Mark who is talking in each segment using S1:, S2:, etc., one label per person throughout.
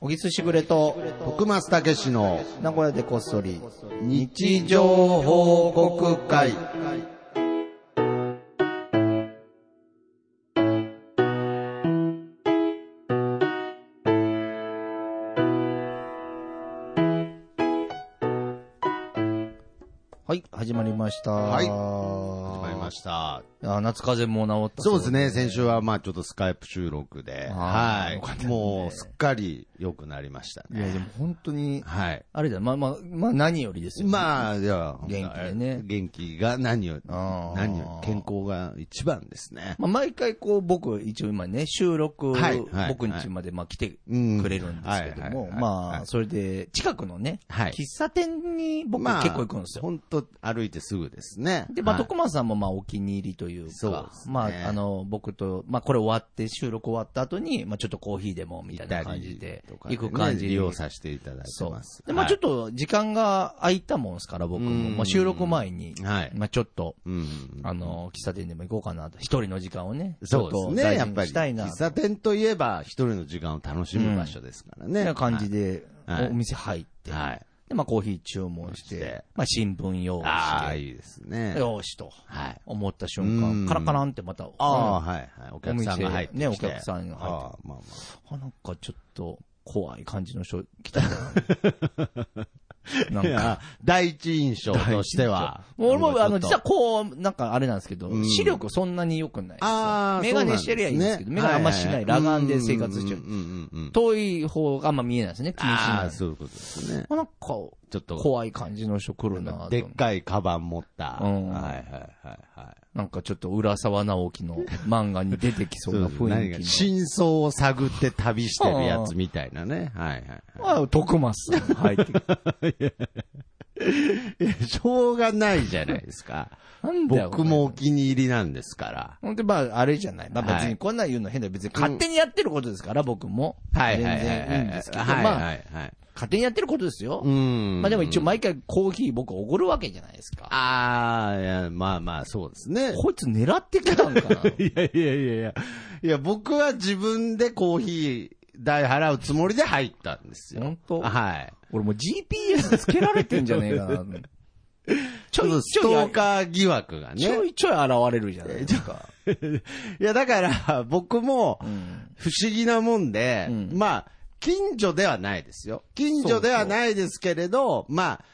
S1: 小木すしぐれと、
S2: 徳松たけしの
S1: 名古屋でこっそり、
S2: 日常報告会。
S1: はい、始まりました。
S2: はい
S1: 始
S2: 始まりまし
S1: た。
S2: た。
S1: あ夏風邪も治った
S2: そうですね、先週はまあちょっとスカイプ収録で、
S1: あー
S2: は
S1: よかった
S2: い。
S1: ね
S2: もうすっかり良くなりました
S1: いや、
S2: ね。
S1: でも本当に、
S2: はい。
S1: あれだ、まあまあ、まあ何よりですよ、ね。
S2: まあ、では、
S1: 元気でね
S2: 元気が何より、
S1: あー
S2: 何より、健康が一番ですね。
S1: まあ、毎回こう、僕、一応今ね、収録、
S2: はいはい
S1: 僕ん家まで、まあ、来て
S2: うん
S1: くれるんですけども、
S2: はいはいはい
S1: ま
S2: は
S1: あ、
S2: い
S1: それで、近くのね、
S2: はい
S1: 喫茶店に僕
S2: まあ、
S1: 結構行くんですよ。
S2: 本当歩いてすぐですね。
S1: で、まあ、
S2: はい
S1: 徳間さんもまあ、お気に入りというか、
S2: そうですね
S1: まあ、あの、僕と、まあ、これ終わって、収録終わった後に、まあ、ちょっとコーヒーでも、みたいな感じで、行く感じ
S2: 利用させていただいて
S1: そう
S2: ま。す。
S1: で、まあ、ちょっ
S2: と、
S1: と、時間が空いたもんですから、僕も、
S2: うん
S1: まあ、収録前に、
S2: はい
S1: まあ、ちょっと、
S2: うん。
S1: あの、喫茶店でも行こうかなと、一人の時間をね、ちょ
S2: そ
S1: っ
S2: う
S1: と
S2: ですね、
S1: 大
S2: や
S1: 事
S2: っ
S1: に
S2: ぱり。
S1: したいな、
S2: 喫茶店といえば、一人の時間を楽しむ場所ですから
S1: み
S2: ね。
S1: たいな感じで、
S2: はい
S1: お店入って、
S2: はい。はい。
S1: で、まあ、コーヒー注文し
S2: してて、
S1: まあ、新聞用意
S2: ああ、
S1: し
S2: いいですね
S1: て、。よーしと、
S2: はい。
S1: 思った瞬間、
S2: うん
S1: カラカランってまた、
S2: ああ、
S1: あ
S2: はいはい。お客さんが入ってきて。
S1: お店ねお客さんが入ってきて
S2: ああまあ
S1: あ、
S2: ま
S1: なんかちょっと、怖い感じの人来たな。なん
S2: あ。い
S1: か、
S2: や第一印象としては。
S1: もう 俺も、あの、
S2: ち
S1: 実
S2: ょっと
S1: はこう、なんかあれなんですけど、
S2: うん
S1: 視力そんなに良くないですよ。
S2: ああ、
S1: メガネしてりゃいいんですけど、メガネあんましない、裸眼で生活しちゃ
S2: う
S1: う。
S2: んうんうんうんうん。
S1: 遠い方があんま見えないですね、気にし
S2: あ
S1: ない
S2: あ、。そういうことですね。
S1: あなんか、
S2: ちょっと、
S1: 怖い感じの人来るなと
S2: でっかいカバン持った。
S1: うん
S2: はいはいはいはい。
S1: なんかちょっと浦沢直樹の漫画に出てきそうな雰囲
S2: 何か
S1: 気
S2: 真相を探って旅してるやつみたいなね。はいはい
S1: の。あ、徳松さん入ってきて。
S2: はい。 しょうがないじゃないですか。
S1: なんだよ。
S2: 僕もお気に入りなんですから。
S1: ほんで、まあ、あれじゃない。まあ
S2: はい
S1: 別にこんなん言うの変だよ。別に勝手にやってることですから、僕も。
S2: はいはいはい。
S1: 全然いいんですけど、
S2: はい
S1: ま
S2: は
S1: あ、
S2: いはい。
S1: 勝手にやってることですよ。
S2: ん
S1: まあでも一応毎回コーヒー僕おごるわけじゃないですか。
S2: ああ、いや、まあまあ、そうですね。
S1: こいつ狙ってきたんかな
S2: いやいやいやいや。いや、僕は自分でコーヒー代払うつもりで入ったんですよ。
S1: 本当
S2: はい。
S1: 俺もう GPS つけられてんじゃねえかな。ち
S2: ちょっ
S1: ょ
S2: と
S1: い
S2: ス
S1: ち
S2: ト
S1: ょ
S2: ー
S1: い、
S2: カー疑惑が
S1: ちょ
S2: ね。
S1: いちょい現れるじゃないですか。
S2: いや、だから、僕も、
S1: うん
S2: 不思議なもんで、
S1: うん
S2: まあ、近所ではないですよ。近所ではないですけれど、まあ、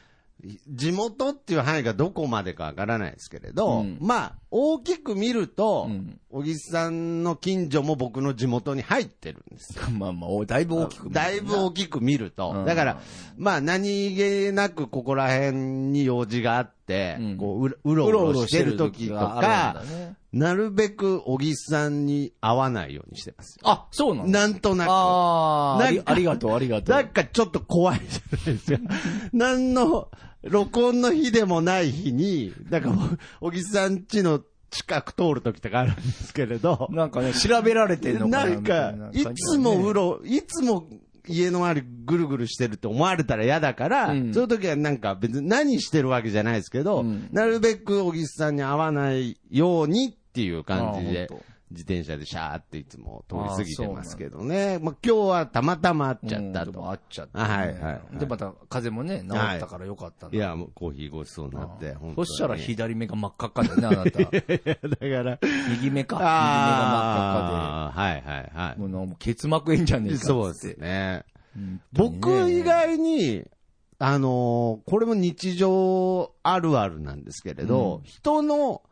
S2: 地元っていう範囲がどこまでかわからないですけれど、
S1: うん
S2: まあ、大きく見ると、
S1: うん
S2: 小木さんの近所も僕の地元に入ってるんですよ。
S1: まあまあ、おだいぶ大きく見えるな
S2: だいぶ大きく見ると。
S1: うん
S2: だから、まあ、何気なくここら辺に用事があって、
S1: うん
S2: こううろ、うろうろしてる時とか、なるべく小木さんに会わないようにしてますよ。
S1: あ、そうなんだ。
S2: なんとなく。
S1: あーあ
S2: なん
S1: り、
S2: か
S1: ありがとう、ありがと
S2: な。
S1: うん
S2: かちょっと怖いじゃないですか。何の録音の日でもない日に、なんかもう、小木さん家の近く通る時とかあるんですけれど、
S1: なんかね、調べられてんのかな。
S2: なんか、いつもう
S1: ろ。
S2: ろ、いつも家の周りぐるぐるしてるって思われたら嫌だから、
S1: うん
S2: そういう時はなんか別に何してるわけじゃないですけど、
S1: うん
S2: なるべく小木さんに会わないようにっていう感じ
S1: あ
S2: で
S1: ほんと、
S2: 自転車でシャーっていつも通り過ぎてますけどね。まあ今日はたまたま会っちゃった
S1: うんで
S2: と。
S1: も会っちゃった。
S2: はいはいはい
S1: で、また風邪もね、治ったからよかった
S2: い
S1: な。
S2: や、もうコーヒーごちそうになって、本当に
S1: そしたら左目が真っ赤っかでね、あなた。
S2: だから、
S1: 右目か。右目が真っ赤っか
S2: ああ、はいはいは
S1: で。もうなんかもう血膜炎じゃねえか
S2: い。
S1: っつって。
S2: そうですね。
S1: うん。
S2: 僕以
S1: ね
S2: 外に、あのーこれも日常あるあるなんですけれど、人の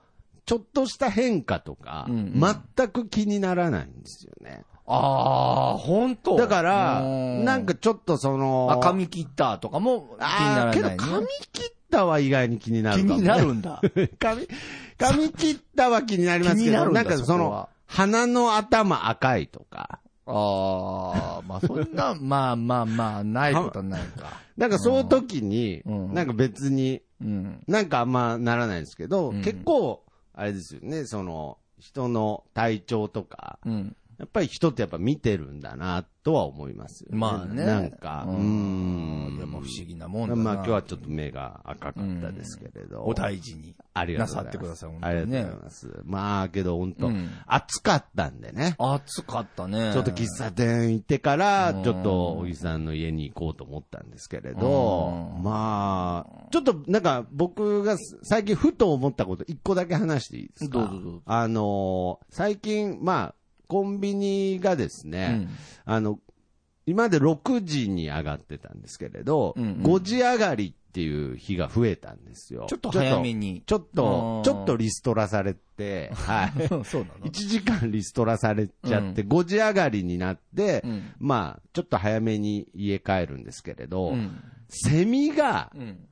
S2: ちょっとした変化とか、
S1: うんうん
S2: 全く気にならないんですよね。
S1: ああ、本当
S2: だから、
S1: う
S2: なんかちょっとその、
S1: あ、髪切ったとかも気にな
S2: あ
S1: ら
S2: ー
S1: ない、ね。
S2: けど髪切ったは意外に気になる
S1: 気
S2: かも、ね。
S1: になるんだ。
S2: 髪、 髪切ったは気になります
S1: 気
S2: け
S1: になる
S2: ど、
S1: んだ
S2: なんか
S1: そ
S2: そ
S1: こ
S2: の
S1: は、
S2: 鼻の頭赤いとか、
S1: ああ、まあそんな、まあまあまあ、ないことはないか。
S2: なんかそういう時に、
S1: うん
S2: なんか別に、
S1: うん。
S2: なんかあんまならないんですけど、
S1: うん
S2: 結構、あれですよね、その、人の体調とか、
S1: うん。
S2: やっぱり人ってやっぱ見てるんだな、とは思いますよ、
S1: まあね
S2: なんか、
S1: う
S2: うんん。
S1: いや、もう不思議なもんだな。
S2: まあ今日はちょっと目が赤かったですけれど。
S1: お大事に。
S2: ありがとうござ
S1: な
S2: います。
S1: さってください本当
S2: ありがと
S1: に
S2: う
S1: ね
S2: ございます。まあ、けど本当、
S1: うん
S2: 暑かったんでね。
S1: 暑かったね。
S2: ちょっと喫茶店行ってから、
S1: うん
S2: ちょっと、小木さんの家に行こうと思ったんですけれど、
S1: うん
S2: まあ、ちょっとなんか僕が最近ふと思ったこと、一個だけ話していいですか
S1: どうぞどうぞ
S2: あのー最近、まあ、コンビニがです
S1: う
S2: ね、
S1: ん。
S2: あの、今まで6時に上がってたんですけれど、
S1: うんうん
S2: 5時上がりっていう日が増えたんですよ。
S1: ちょっと早めに。
S2: ちょっ
S1: あー
S2: と、ちょっとリストラされて、は。
S1: そうないの
S2: 1時間リストラされちゃって、5時上がりになって、
S1: うん
S2: まあ、ちょっと早めに家帰るんですけれど、
S1: うん。
S2: セミが
S1: うん。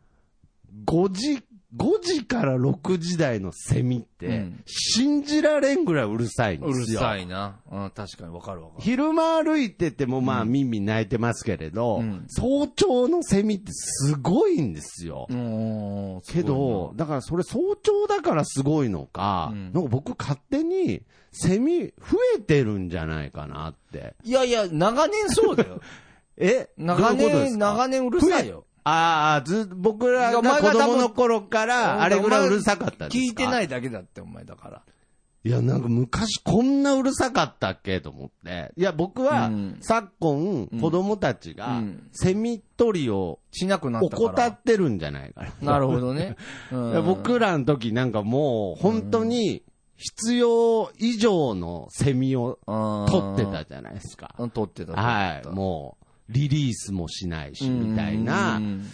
S2: 5時、5時から6時台のセミっ
S1: う
S2: て
S1: ん、
S2: 信じられんぐらいうるさいん
S1: う
S2: で
S1: る
S2: すよ。
S1: さいな。うん、確かにわかるわかる。
S2: 昼間歩いててもまあ耳鳴いてますけれど、
S1: うん
S2: 早朝のセミってすごいんですよ。
S1: うん、
S2: けど、だからそれ早朝だからすごいのか、
S1: うん
S2: なんか僕勝手にセミ増えてるんじゃないかなって。
S1: いやいや、長年そうだよ。
S2: え
S1: 長
S2: どういうことです
S1: 年、
S2: か
S1: 長年うるさいよ。
S2: ああ、ず、僕ら
S1: いやお前
S2: が
S1: が
S2: 子
S1: 多分
S2: 供の頃からあれぐらいうるさかったんですか。
S1: 聞いてないいだけだって、お前だから。
S2: いや、なんか昔こんなうるさかったっけと思って。いや、僕は、
S1: うん
S2: 昨今、子供たち
S1: う
S2: が
S1: ん、
S2: セミ取りを
S1: しなくなったから。
S2: 怠ってるんじゃないかな。
S1: なるほど ね。うん
S2: 僕らの時なんかもう本当に必要以上のセミを取ってたじゃないですか。
S1: うん撮ってた。
S2: はい。もうリリースもしないしみたいな。
S1: うん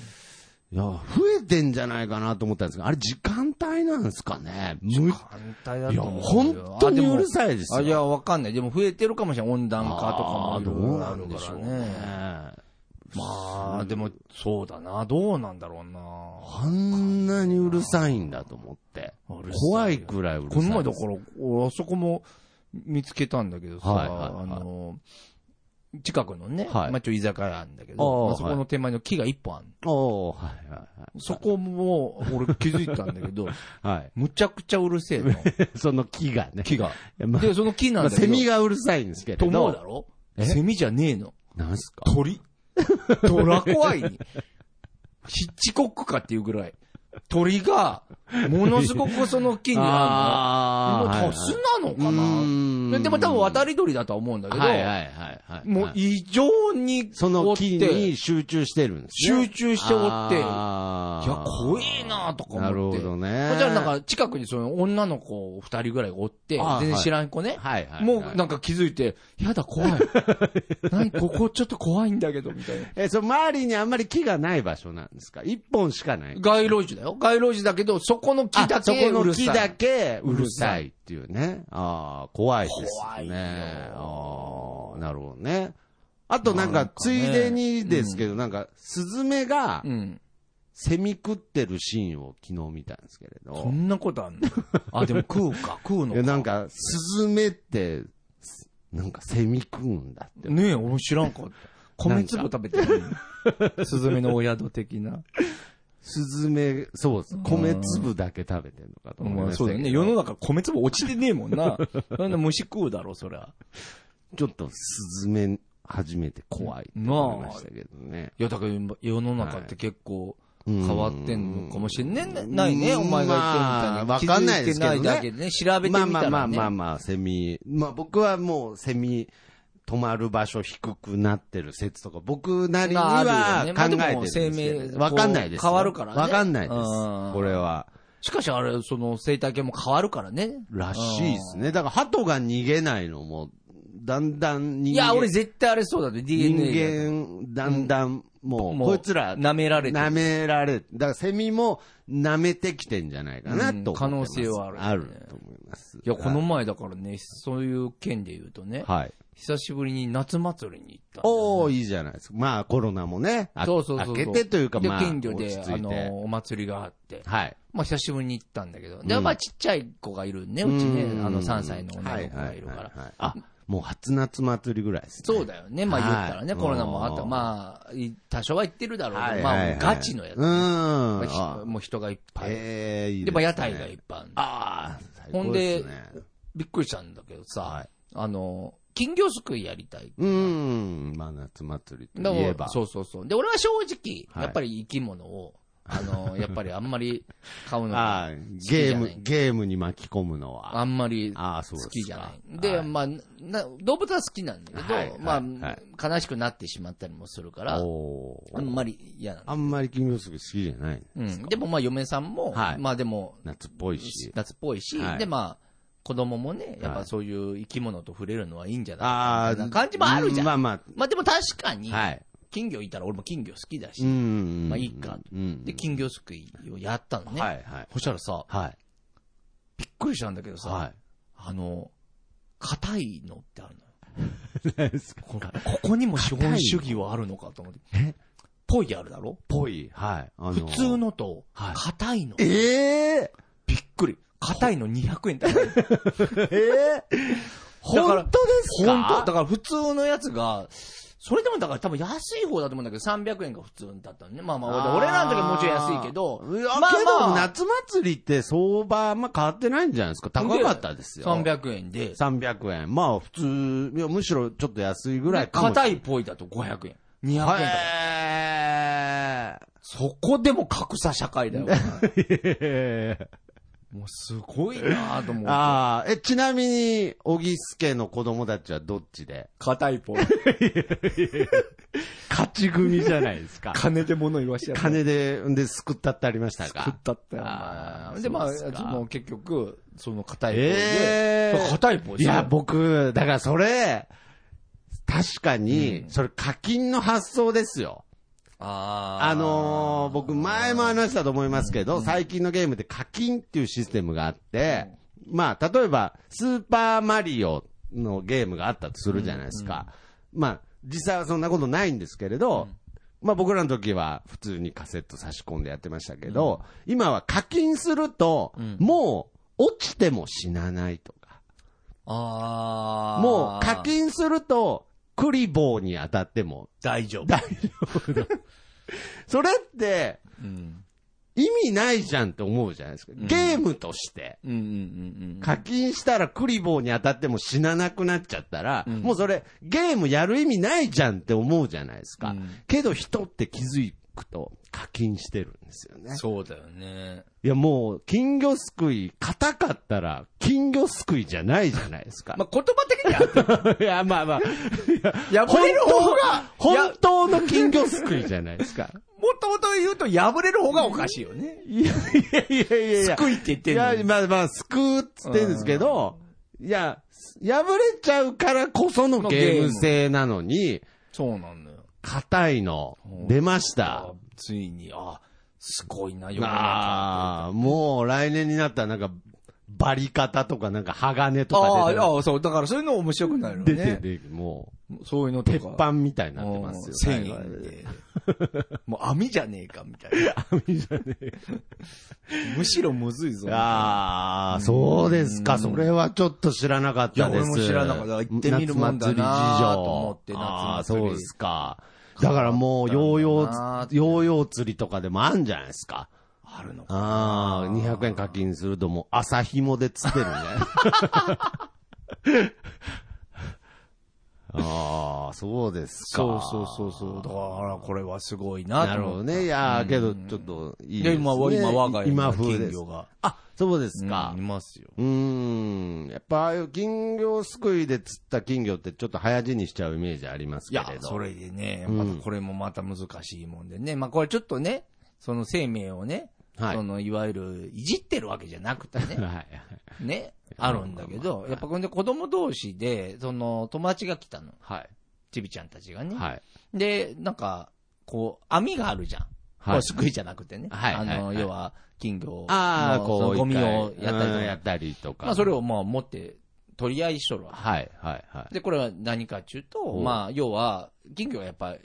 S2: いや、増えてんじゃないかなと思ったんですけど、あれ時間帯なんですかね。む
S1: 反対だ
S2: い
S1: と
S2: や、
S1: 思うよ
S2: 本当にうるさいですよ。
S1: あ、いや、わかんない。でも増えてるかもしれない。温暖化とかも
S2: あー
S1: いろ
S2: ど
S1: いうろ
S2: な
S1: ある
S2: ん
S1: か
S2: でし
S1: ら
S2: ょう
S1: ね。
S2: ね。
S1: まあ、でも、そうだな。どうなんだろうな。
S2: あんなにうるさいんだと思って
S1: うるさいよ。
S2: 怖いくらいうるさ
S1: こ
S2: いです。
S1: の前だから、俺あそこも見つけたんだけどさ、
S2: はいはいはい
S1: あの、近くのね、
S2: はい
S1: まあちょ居酒屋あるんだけ
S2: あ
S1: ど、
S2: あ
S1: まあそこの手前の木が一本ある
S2: おーはいはい
S1: そこも、俺気づいたんだけ ど、
S2: はい。はい。
S1: むちゃくちゃうるせえの。
S2: その木がね。
S1: 木が。
S2: いや まあ
S1: で、その木なん
S2: まあ、
S1: だけ
S2: セ
S1: ど、
S2: ミがうるさいんですけれ
S1: と
S2: ど。
S1: 思うだろ
S2: え
S1: セミじゃねえの。
S2: なんすか
S1: 鳥。ドラコアイに。ヒッチコックかっていうぐらい。鳥が、ものすごくその木にあるの。も
S2: あー
S1: う、
S2: はい
S1: ス
S2: は
S1: なの
S2: い
S1: か
S2: う
S1: な
S2: ーん
S1: でも多分渡り鳥だとは思うんだけど、
S2: はいはいはいはい。
S1: もう
S2: はい
S1: 異常に
S2: その木に
S1: 追って
S2: 集中してるんですね。
S1: 集中しておって、いや、
S2: あー
S1: 怖えなとか思って。
S2: なるほどね。
S1: そしたらなんか近くにその女の子二人ぐらいがおって、
S2: あー
S1: 全然知らん子ね。
S2: はいはいはい。
S1: もうなんか気づいて、やだ 怖い。何ここちょっと怖いんだけど、みたいな。
S2: え、その周りにあんまり木がない場所なんですか一本しかない。
S1: 街路樹だよ。街路樹だけど、そこの木だ
S2: あそ
S1: け
S2: こ
S1: う
S2: の
S1: るさい。
S2: 木だけうるさいっていうね。ああ、怖いです
S1: 怖いよ
S2: ね。ああ、なるほどね。あとなん
S1: なんか、
S2: かつ
S1: ね
S2: いでにですけど、なんか、スズメが、
S1: うん。
S2: セミ食ってるシーンを昨日見たんですけれ
S1: そ
S2: ど、
S1: んなことあんのあ、でも食うか、食うの
S2: いや
S1: か。
S2: なんか、スズメって、なんかセミ食うんだって。
S1: ねえ、俺知らんかった。米粒食べてる。スズメのお宿的 な。
S2: スズメ、そうです。米粒だけ食べてるのかと思い
S1: ま
S2: ま
S1: あ
S2: したけ
S1: そ
S2: ど。
S1: うだよね。世の中米粒落ちてねえもんな。そんな虫食うだろ、そりゃ。
S2: ちょっとスズメ初めて怖いって思いましたけどね。
S1: いや、だけど世の中って結構
S2: 変
S1: 変わってんのかもしれない。ねないね、
S2: うん
S1: お前が言ってるみたいに。
S2: まあわかんないですけどね
S1: 気づてないだけでね、調べてみた
S2: ま
S1: ら
S2: あ
S1: ね。
S2: まあまあまあまあ、セミ。まあ僕はもうセミ、止まる場所低くなってる説とか、僕なりに
S1: まああ
S2: は
S1: るよね
S2: 考えてるんですけ
S1: まあでも生命
S2: どわかんないですよ。
S1: こう変わるからね
S2: わかんないです
S1: うん。
S2: これは。
S1: しかしあれ、その生態系も変わるからね。
S2: らしいですね。だから鳩が逃げないのも、だんだん
S1: い
S2: 人間。
S1: や、俺絶対あれそうだね、DNA が。
S2: 人間、だんだん、もう、
S1: もう
S2: こいつら、
S1: 舐められてる
S2: 舐められてだから、セミも舐めてきてんじゃないかな、
S1: うん
S2: と思ってます
S1: 可能性はあるよね
S2: あると思います。
S1: いや、この前だからね、そういう件で言うとね、
S2: はい。
S1: 久しぶりに夏祭りに行ったんだよね。
S2: おー、いいじゃないですか。まあ、コロナもね、あ
S1: そうそうそうそう。
S2: 明けてというか、まあ、
S1: で、近所で、
S2: 落ち
S1: あ
S2: 着いて。
S1: の、お祭りがあって、
S2: はい。
S1: まあ、久しぶりに行ったんだけど、で、
S2: うん
S1: まあ、ちっちゃい子がいるね、うちね、
S2: ん
S1: あの、3歳の女の子がいるか
S2: は
S1: ら
S2: いはい。はいはいあ、もう初夏祭りぐらいですね。
S1: そうだよね、まあ、言ったらね、
S2: はい
S1: コロナもあった。
S2: うん
S1: まあ、い多少は行ってるだろう
S2: はい
S1: けど、
S2: はい
S1: ま
S2: は
S1: あ、
S2: い
S1: ガチのやつ
S2: うーん。
S1: まあひ
S2: あ
S1: もう人がいっぱい。
S2: ええいい
S1: で、
S2: ですね
S1: まあ、屋台がいっぱいある
S2: ああ、最高
S1: ほんで
S2: ですね
S1: びっくりしたんだけどさ、
S2: はい
S1: あの、金魚すくいやりたい。
S2: うん。真夏祭りといえば。
S1: そうそうそう。で、俺は正直、
S2: はい
S1: やっぱり生き物を、あ の、やっぱりあんまり買うのが、
S2: ああ、
S1: きじ
S2: ゲ
S1: ゃな
S2: ー
S1: い
S2: ム、ゲームに巻き込むのは。
S1: あんまり
S2: ああ、そうです
S1: 好
S2: か
S1: きじゃない。で、
S2: は
S1: まあな、動物は好きなんだけど、
S2: はい
S1: まあ、
S2: はい
S1: 悲しくなってしまったりもするから、
S2: おー
S1: あんまり嫌なんだ
S2: あんまり金魚すくい好きじゃない。
S1: うん。でもまあ、嫁さんも、
S2: はい
S1: まあでも、
S2: 夏っぽいし。
S1: 夏っぽいし、
S2: はい
S1: でまあ、子供もね、やっ
S2: は
S1: ぱ
S2: い
S1: そういう生き物と触れるのはいいんじゃない
S2: あ
S1: か
S2: あ
S1: な、感じもあるじゃん。
S2: ま
S1: ま
S2: あ
S1: あ、
S2: ま
S1: でも確かに
S2: あ、、はい。
S1: 金魚いたら俺も金魚好きだし、
S2: うん。
S1: まあいいか
S2: うん。
S1: で、金魚すくいをやったのね。
S2: はいはい。
S1: そしたらさ、
S2: はい。
S1: びっくりしたんだけどさ、
S2: は
S1: あの、硬いのってあるのよ
S2: い。 ですか
S1: このここにも資本主義はあるのかと思って。
S2: え
S1: ぽいあるだろ
S2: ぽい。はい。あ
S1: 普
S2: の
S1: 通。のと、
S2: はい
S1: 硬いの。
S2: ええ
S1: びっくり。硬いの200円だから。
S2: ええ
S1: だから
S2: 本当ですか
S1: 本当だから普通のやつが、それでもだから多分安い方だと思うんだけど、300円が普通だったのね。まあまあ、俺らの時はもちろん安いけど、
S2: いや
S1: まあ
S2: けど、
S1: まあ、
S2: 夏祭りって相場あんま変わってないんじゃないですか。高かったですよ。
S1: 300円で、
S2: 300円。まあ普通、いやむしろちょっと安いぐらいかもしれ
S1: 硬
S2: ない。
S1: いポイだと500円。200円だ
S2: はい。
S1: から。そこでも格差社会だ よ。もうすごいなぁと思う。
S2: あ あ、え、ちなみに、小木助の子供たちはどっちで
S1: 硬いポイ。
S2: 勝ち組じ ゃないですか
S1: 金で物言わしや
S2: 金で、んで、救ったってありました
S1: 食っ
S2: か
S1: たったよ
S2: あ
S1: お
S2: ー
S1: 前。で、まあ、
S2: そうですか
S1: その結局、その硬いポイ
S2: え
S1: で
S2: え、
S1: 硬いポイ
S2: いや、僕、だからそれ、確かに
S1: う、ん
S2: それ課金の発想ですよ。
S1: あー
S2: あのー僕前も話したと思いますけど、最近のゲームで課金っていうシステムがあって、まあ、例えば、スーパーマリオのゲームがあったとするじゃないですか。まあ、実際はそんなことないんですけれど、まあ僕らの時は普通にカセット差し込んでやってましたけど、今は課金すると、
S1: うん
S2: もう落ちても死なないとか。
S1: あー
S2: もう課金すると、クリボーに当たっても、
S1: 大丈夫。
S2: それって
S1: うん。
S2: 意味ないじゃんって思うじゃないですか。
S1: ん
S2: ゲームとして。
S1: うんうんうんうん。
S2: 課金したらクリボーに当たっても死ななくなっちゃったら、
S1: うん
S2: もうそれ、ゲームやる意味ないじゃんって思うじゃないですか。
S1: うん
S2: けど人って気づくと課金してるんですよね。
S1: そうだよね。
S2: いやもう、金魚すくい、硬かったら、金魚すくいじゃないじゃないですか。
S1: まあ、言葉的には、
S2: いや、まあまあ。
S1: 破れる方が、
S2: 本
S1: や
S2: 当の金魚すくいじゃないですか。
S1: もともと言うと破れる方がおか しいよね。
S2: いやいやいやいやいや。
S1: 救いって言って
S2: い
S1: んの
S2: や、
S1: に。
S2: まあまあ、救うっつってんですけど、いや、破れちゃうからこそのゲーム性なのに、
S1: そうなんだよ。
S2: 硬いの、出ました
S1: あ。ついに、あ、すごいな、世の中。
S2: ああ、もう来年になったらなんか、バリ方とかなんか鋼と
S1: あ
S2: か出て
S1: ーあー、そう、だからそういうの面白くなるよ
S2: 出て
S1: ね。
S2: て、も
S1: そういうの
S2: う、
S1: とか。
S2: 鉄板みたいになってますよ。
S1: 1000円で。もう網じゃねえか、みたいな。
S2: 網じゃねえ
S1: むしろむずいぞ。
S2: ああ、そうですか。それはちょっと知らなかったです。
S1: いや俺も知らなかった行ってみるもんだなと思って夏祭り
S2: ああー、そうですか。だからもう、
S1: 変わ
S2: ヨーヨ
S1: ったなー
S2: ー
S1: っ、て
S2: ヨーヨー釣りとかでもあんじゃないですか。
S1: あるのか。
S2: ああ、200円課金するともう、朝紐で釣ってるね。ああ、そうですか。
S1: そうそうそうそう。だから、これはすごいな
S2: なる
S1: と
S2: ほ
S1: 思
S2: ど
S1: って。
S2: ね。いやーけど、ちょっと、いい
S1: で、
S2: ですね。
S1: 今は、今我が家
S2: 今
S1: の
S2: 風で
S1: 金
S2: す
S1: 魚。が。
S2: あ、そうです
S1: が
S2: か
S1: い。ますよ。
S2: うーん。やっぱ、ああいう金魚すくいで釣った金魚ってちょっと早死にしちゃうイメージあります
S1: い
S2: けれ
S1: や
S2: ど。、
S1: それでね、
S2: うん
S1: またこれもまた難しいもんでね。まあこれちょっとね、その生命をね、
S2: はい
S1: そのいわゆるいじってるわけじゃなくて ね、
S2: はい。
S1: ね、あるんだけど、やっぱこれで子供同士で、その友達が来たの。
S2: はい。
S1: ちびちゃんたちがね。
S2: はい。
S1: で、なんか、こう、網があるじゃん。こ
S2: は
S1: れ
S2: い。
S1: すくいじゃなくてね。
S2: はい
S1: あの、
S2: はいはい
S1: 要は、金魚
S2: ああ、
S1: のそ
S2: こ
S1: の
S2: う、
S1: ゴミをやっ
S2: 一
S1: たりと
S2: 回うん
S1: か
S2: やっ。たりとか。
S1: まあ、それをまあ、持って、取り合いしとるわ。
S2: はい。はい。はい。
S1: で、これは何かっていうと、
S2: おう
S1: まあ、要は、金魚はやっぱ、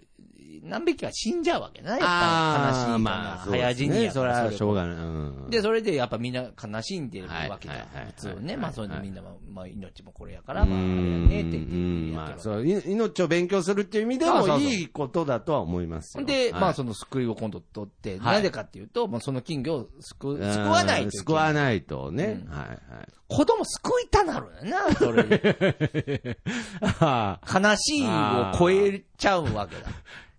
S1: 何匹か死んじゃうわけな、やっぱ悲しい
S2: あ
S1: か
S2: あ
S1: な。
S2: まあ、
S1: 早死にや
S2: そ
S1: か
S2: れ
S1: ら
S2: は
S1: それ
S2: しょうがない。うん。
S1: で、それでやっぱみんな悲しんでるわけじゃん。
S2: はいはいはい
S1: 普通
S2: はい
S1: ね。まあそういうのみんなも、まあ命もこれやから、
S2: う
S1: まああれや
S2: ん
S1: ねって言って
S2: うん
S1: やって
S2: ま
S1: る
S2: あ、
S1: わ
S2: そう、い命を勉強するっていう意味で
S1: あそうそ
S2: も
S1: う
S2: いいことだとは思います
S1: け。
S2: よ。
S1: で、
S2: はい
S1: まあその救いを今度取って、
S2: はい
S1: なぜかっていうと、もうその金魚を救う、救わないといけ
S2: うん
S1: ない
S2: 救わないとね。
S1: うん
S2: はいはい。
S1: 子供救いたなるよな、それ。
S2: あ
S1: 悲しいを超えちゃうわ けだ。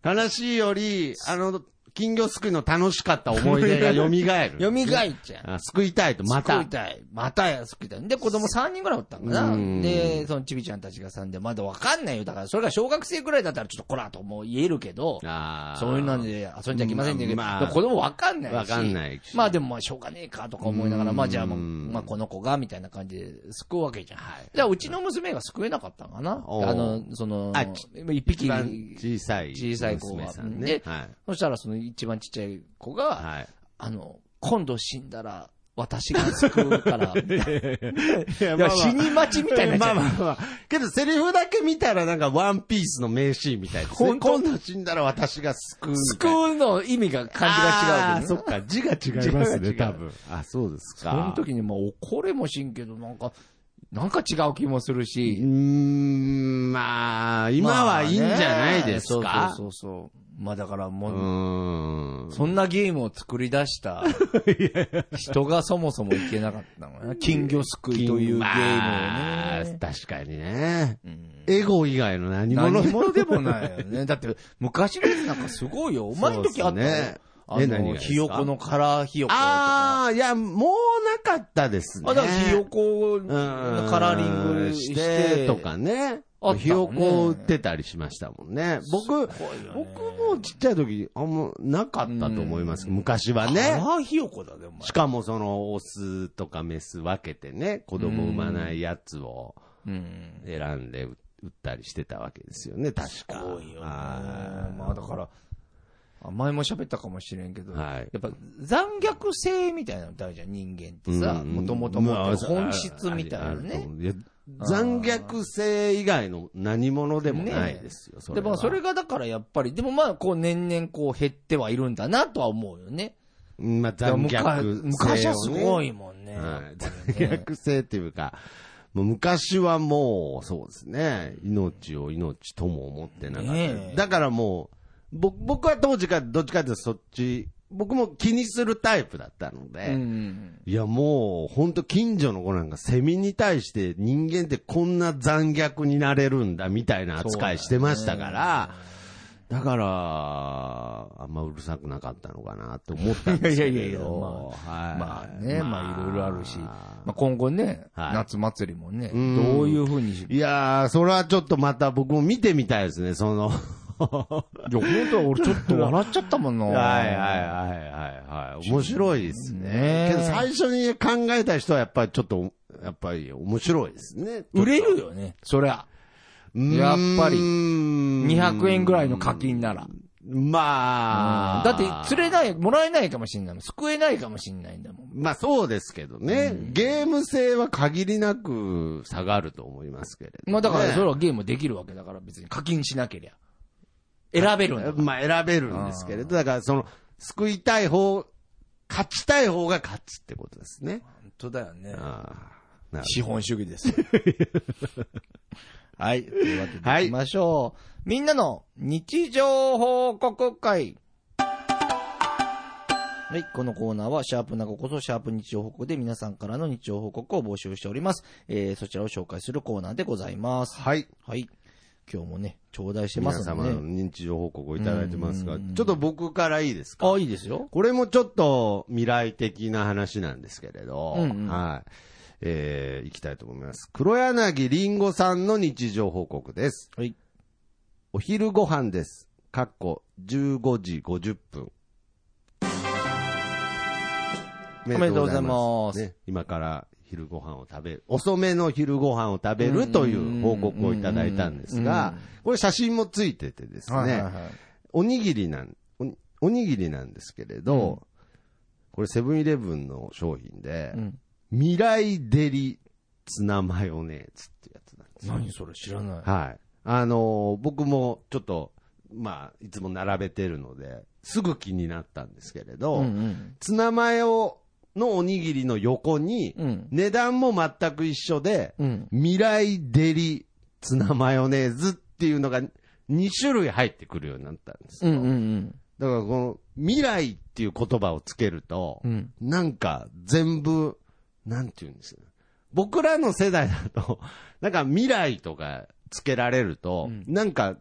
S2: あ悲しいより、あの、金魚すくいの楽しかった思い出が 蘇る。
S1: 蘇っちゃう。
S2: あ救いたいと、また。
S1: 救いたい。またや、救いたい。で、子供3人ぐらいおったんか
S2: う
S1: な。
S2: ん
S1: で、そのちびちゃんたちが3で、まだわかんないよ。だから、それが小学生ぐらいだったら、ちょっとこらとも言えるけど、
S2: ああ。
S1: そういうので遊んじゃいけませんって言うけど、
S2: まあ
S1: でも子供わかんないし。
S2: わかんないし
S1: まあでも、まあしょうがねえかとか思いながら、
S2: うん
S1: まあじゃあもう、まあこの子が、みたいな感じで救うわけじゃん。じゃあ、うちの娘が救えなかったんかな。あ
S2: おう
S1: の、その
S2: あち、
S1: 一
S2: 一
S1: 匹、
S2: 番小さい。
S1: 小さい子が
S2: 娘さんね
S1: で。
S2: はい。
S1: そしたらその一番ちっちゃい子が、
S2: はい。
S1: あの、今度死んだら、私が救う から、みたいな
S2: いや
S1: いや死に待ちみたいになっち
S2: ま
S1: ゃ
S2: あ
S1: う。
S2: まあまあ。けど、セリフだけ見たらなんかワンピースの名シーンみたいですね。
S1: 本当
S2: 今度死んだら私が救うみたいな。
S1: 救うの意味が、感じが違うわけ
S2: あーそっか、字が違いますね、
S1: 字が違う
S2: 多分。あ、そうですか。
S1: その時に、まあ怒れもしんけど、なんか、なんか違う気もする
S2: うー
S1: し。
S2: ん、まあ、今はいいんじゃないです
S1: まあね
S2: か。
S1: そうそうそうそう。まあだから
S2: う
S1: もう、
S2: ーん。
S1: そんなゲームを作り出した 人がそもそもいけなかったのね。金魚すくいというゲームをね。
S2: まあ確かにね。
S1: うん
S2: エゴ以外の何物
S1: 何者でもないよね。だ って、昔のやつなんかすごいよ。お前の時あった
S2: そう
S1: よ
S2: っすね
S1: あ
S2: え何が
S1: の、
S2: ですか
S1: ひよこのカラーひよことか。あ、
S2: ああ、いや、もうなかったですね。
S1: だからひよこ
S2: うん、
S1: のカラーリングし、
S2: してて、とかね
S1: あったも。んね
S2: ひよこ売ってたりしましたもんね。僕、
S1: すごいよね
S2: 僕もちっちゃい時、あんまなかったと思いますけど昔は
S1: カ
S2: ね
S1: ラ。ーひよこだね、お前
S2: し。かもその、オスとかメス分けてね、子供産まないやつを
S1: うん。
S2: 選んで売ったりしてたわけですよね、確か。
S1: すごいよね。
S2: あー
S1: まあだから、あ前も喋ったかもしれんけど、
S2: はい
S1: やっぱ残虐性みたいなのってあるじゃん、人間ってさ、もともと
S2: ま
S1: 持
S2: あ
S1: ってる本質みたいなね。。
S2: あいや残虐性以外の何者でもないですよ、それ
S1: で
S2: は
S1: もそれがだからやっぱり、でもまあこう年々こう減ってはいるんだなとは思うよね。
S2: うんまあ残虐性をね、
S1: 昔はすごいもんね。
S2: はい
S1: やっ
S2: 残
S1: ぱりね
S2: 虐性っていうか、もう昔はもう、そうですね、命を命とも思ってなかった。
S1: ねえ
S2: だからもう、ぼ僕は当時からどっちかというとそっち、僕も気にするタイプだったので、
S1: うん。
S2: いやもう、ほんと近所の子なんかセミに対して人間ってこんな残虐になれるんだみたいな扱いしてましたから、だから、あんまうるさくなかったのかなと思ったんですけれど。
S1: いやいやいやま
S2: はい
S1: まあね、まあいろいろあるし、まあ
S2: ま
S1: 今後ね、
S2: はい
S1: 夏祭りもね、どうんいうふうにし、い
S2: いやー、それはちょっとまた僕も見てみたいですね、そ の。
S1: や、本当は俺ちょっと笑っちゃったもんな。
S2: はいはいはいはいはい。面白いですね。
S1: ねえ
S2: けど最初に考えた人はやっぱりちょっと、やっぱり面白いですね。
S1: 売れるよね、そりゃ。やっぱり200
S2: 200
S1: 円ぐらいの課。金なら。
S2: まあ。
S1: だって、釣れない、もらえないかもしんないもん。救えないかもしんないんだもん。
S2: まあそうですけどね。ゲーム性は限りなく下がると思いますけれど、
S1: まあだから
S2: ね
S1: それはゲームできるわけだから別に課金しなけりゃ。選べるんだから。
S2: まあ選べるんですけれど、だからその、救いたい方、勝ちたい方が勝ちってことですね。
S1: 本当だよね
S2: ああ。なる
S1: 資本主義ですよ。はい。というわけで、
S2: はい
S1: 行きましょう。みんなの日常報告会。はい。このコーナーは、シャープなごこそ、シャープ日常報告で皆さんからの日常報告を募集しております。えー、そちらを紹介するコーナーでございます。
S2: はい。
S1: はい。今日もね、頂戴してま
S2: 皆
S1: す
S2: 様
S1: の
S2: の
S1: で、ね。
S2: 認知情報告をいただいてますが、
S1: う
S2: ち
S1: ん
S2: ょっと僕からいいですか
S1: あ、いいですよ。
S2: これもちょっと未来的な話なんですけれど、
S1: うんうん
S2: はい。えー、いきたいと思います。黒柳りんごさんの日常報告です。
S1: はい。
S2: お昼ご飯です。かっこ15時50分。お
S1: めでとうございます
S2: ね、今から昼ご飯を食べる、遅めの昼ご飯を食べるという報告をいただいたんですが
S1: うんうん、
S2: これ写真もついててですね、
S1: はいはいはい
S2: おにぎりなん、おおにぎりなんですけれど、これセブンイレブンの商品で、
S1: うん
S2: 未来デリツナマヨネーズってやつなんですよ。
S1: 何それ知らない。
S2: はい。あのー僕もちょっとまあ、いつも並べてるので、すぐ気になったんですけれど、
S1: うん
S2: ツナマヨのおにぎりの横に、
S1: うん
S2: 値段も全く一緒で、
S1: うん
S2: 未来デリツナマヨネーズっていうのが2種類入ってくるようになったんです
S1: う
S2: よ。
S1: んうん
S2: だからこの未来っていう言葉をつけると、
S1: うん
S2: なんか全部、なんて言うんですか僕らの世代だと、 なんか未来とかつけられると、
S1: うん
S2: なんか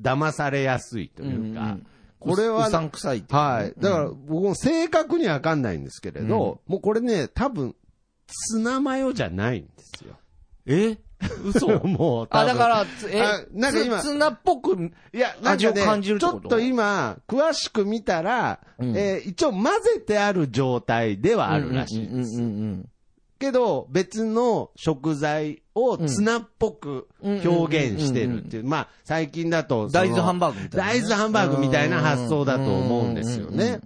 S2: 騙されやすいというか、これは
S1: うさんくさいっていうね
S2: はい。だから、僕も正確にはわかんないんですけれど、もうこれね、多分、ツナマヨじゃないんですよ。
S1: え嘘
S2: もう多分、
S1: あ、だから、つえ
S2: あ、なんか今
S1: つツナっぽく、
S2: いや、なん
S1: 味
S2: か
S1: を
S2: ね、
S1: 感じるって
S2: ち
S1: こ
S2: ょ
S1: と
S2: っと今、詳しく見たら、
S1: うん
S2: えー一応混ぜてある状態ではあるらしいで
S1: う
S2: す。
S1: んうん
S2: けど、別の食材をツナっぽく表現してるっていう、まあ、最近だと
S1: う
S2: そ
S1: ん。大
S2: の、
S1: 豆ハンバーグみたいなね。
S2: 大豆ハンバーグみたいな発想だと思うんですよ
S1: うんうんうんう
S2: ね。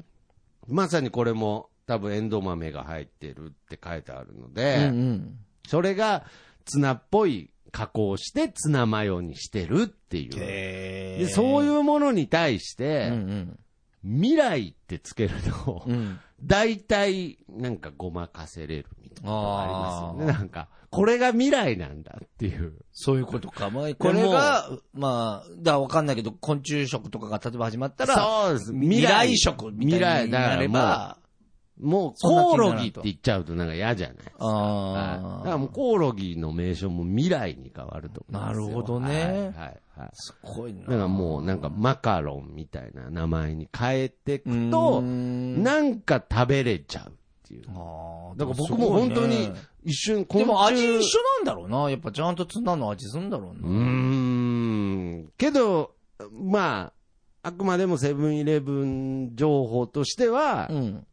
S2: まさにこれも多分エンドウ豆が入ってるって書いてあるの
S1: ん
S2: で、
S1: うん
S2: それがツナっぽい加工をしてツナマヨにしてるっていう。
S1: へ、
S2: でそういううものに対して、
S1: うん
S2: 未来ってつけると
S1: うん、うん。
S2: 大体なんかごまかせれるみたいなのがありますよね。
S1: あー
S2: なんか、これが未来なんだっていう。
S1: そういうことか。まあ、これが、まあ、だからわかんないけど、昆虫食とかが例えば始まったら、
S2: そうです。
S1: 未来食みたいなのになれ
S2: 未来だからもう
S1: ば、
S2: もう
S1: そんな気
S2: コオ
S1: にならん
S2: ロギって言っちゃうとなんか嫌じゃない
S1: ああ
S2: はい、だからもうコオロギの名称も未来に変わると思うんですよ
S1: なるほどね
S2: はいはいはい。
S1: すごいな。
S2: だからもうなんかマカロンみたいな名前に変えて
S1: うー
S2: く
S1: ん
S2: と、なんか食べれちゃうっていう。
S1: あー
S2: だから僕も本当に一瞬昆
S1: で
S2: 虫
S1: も味一緒なんだろうな。やっぱちゃんとツナの味すんだろう
S2: うー
S1: な。
S2: ん。けど、まあ、あくまでもセブンイレブン情報としては、
S1: うん。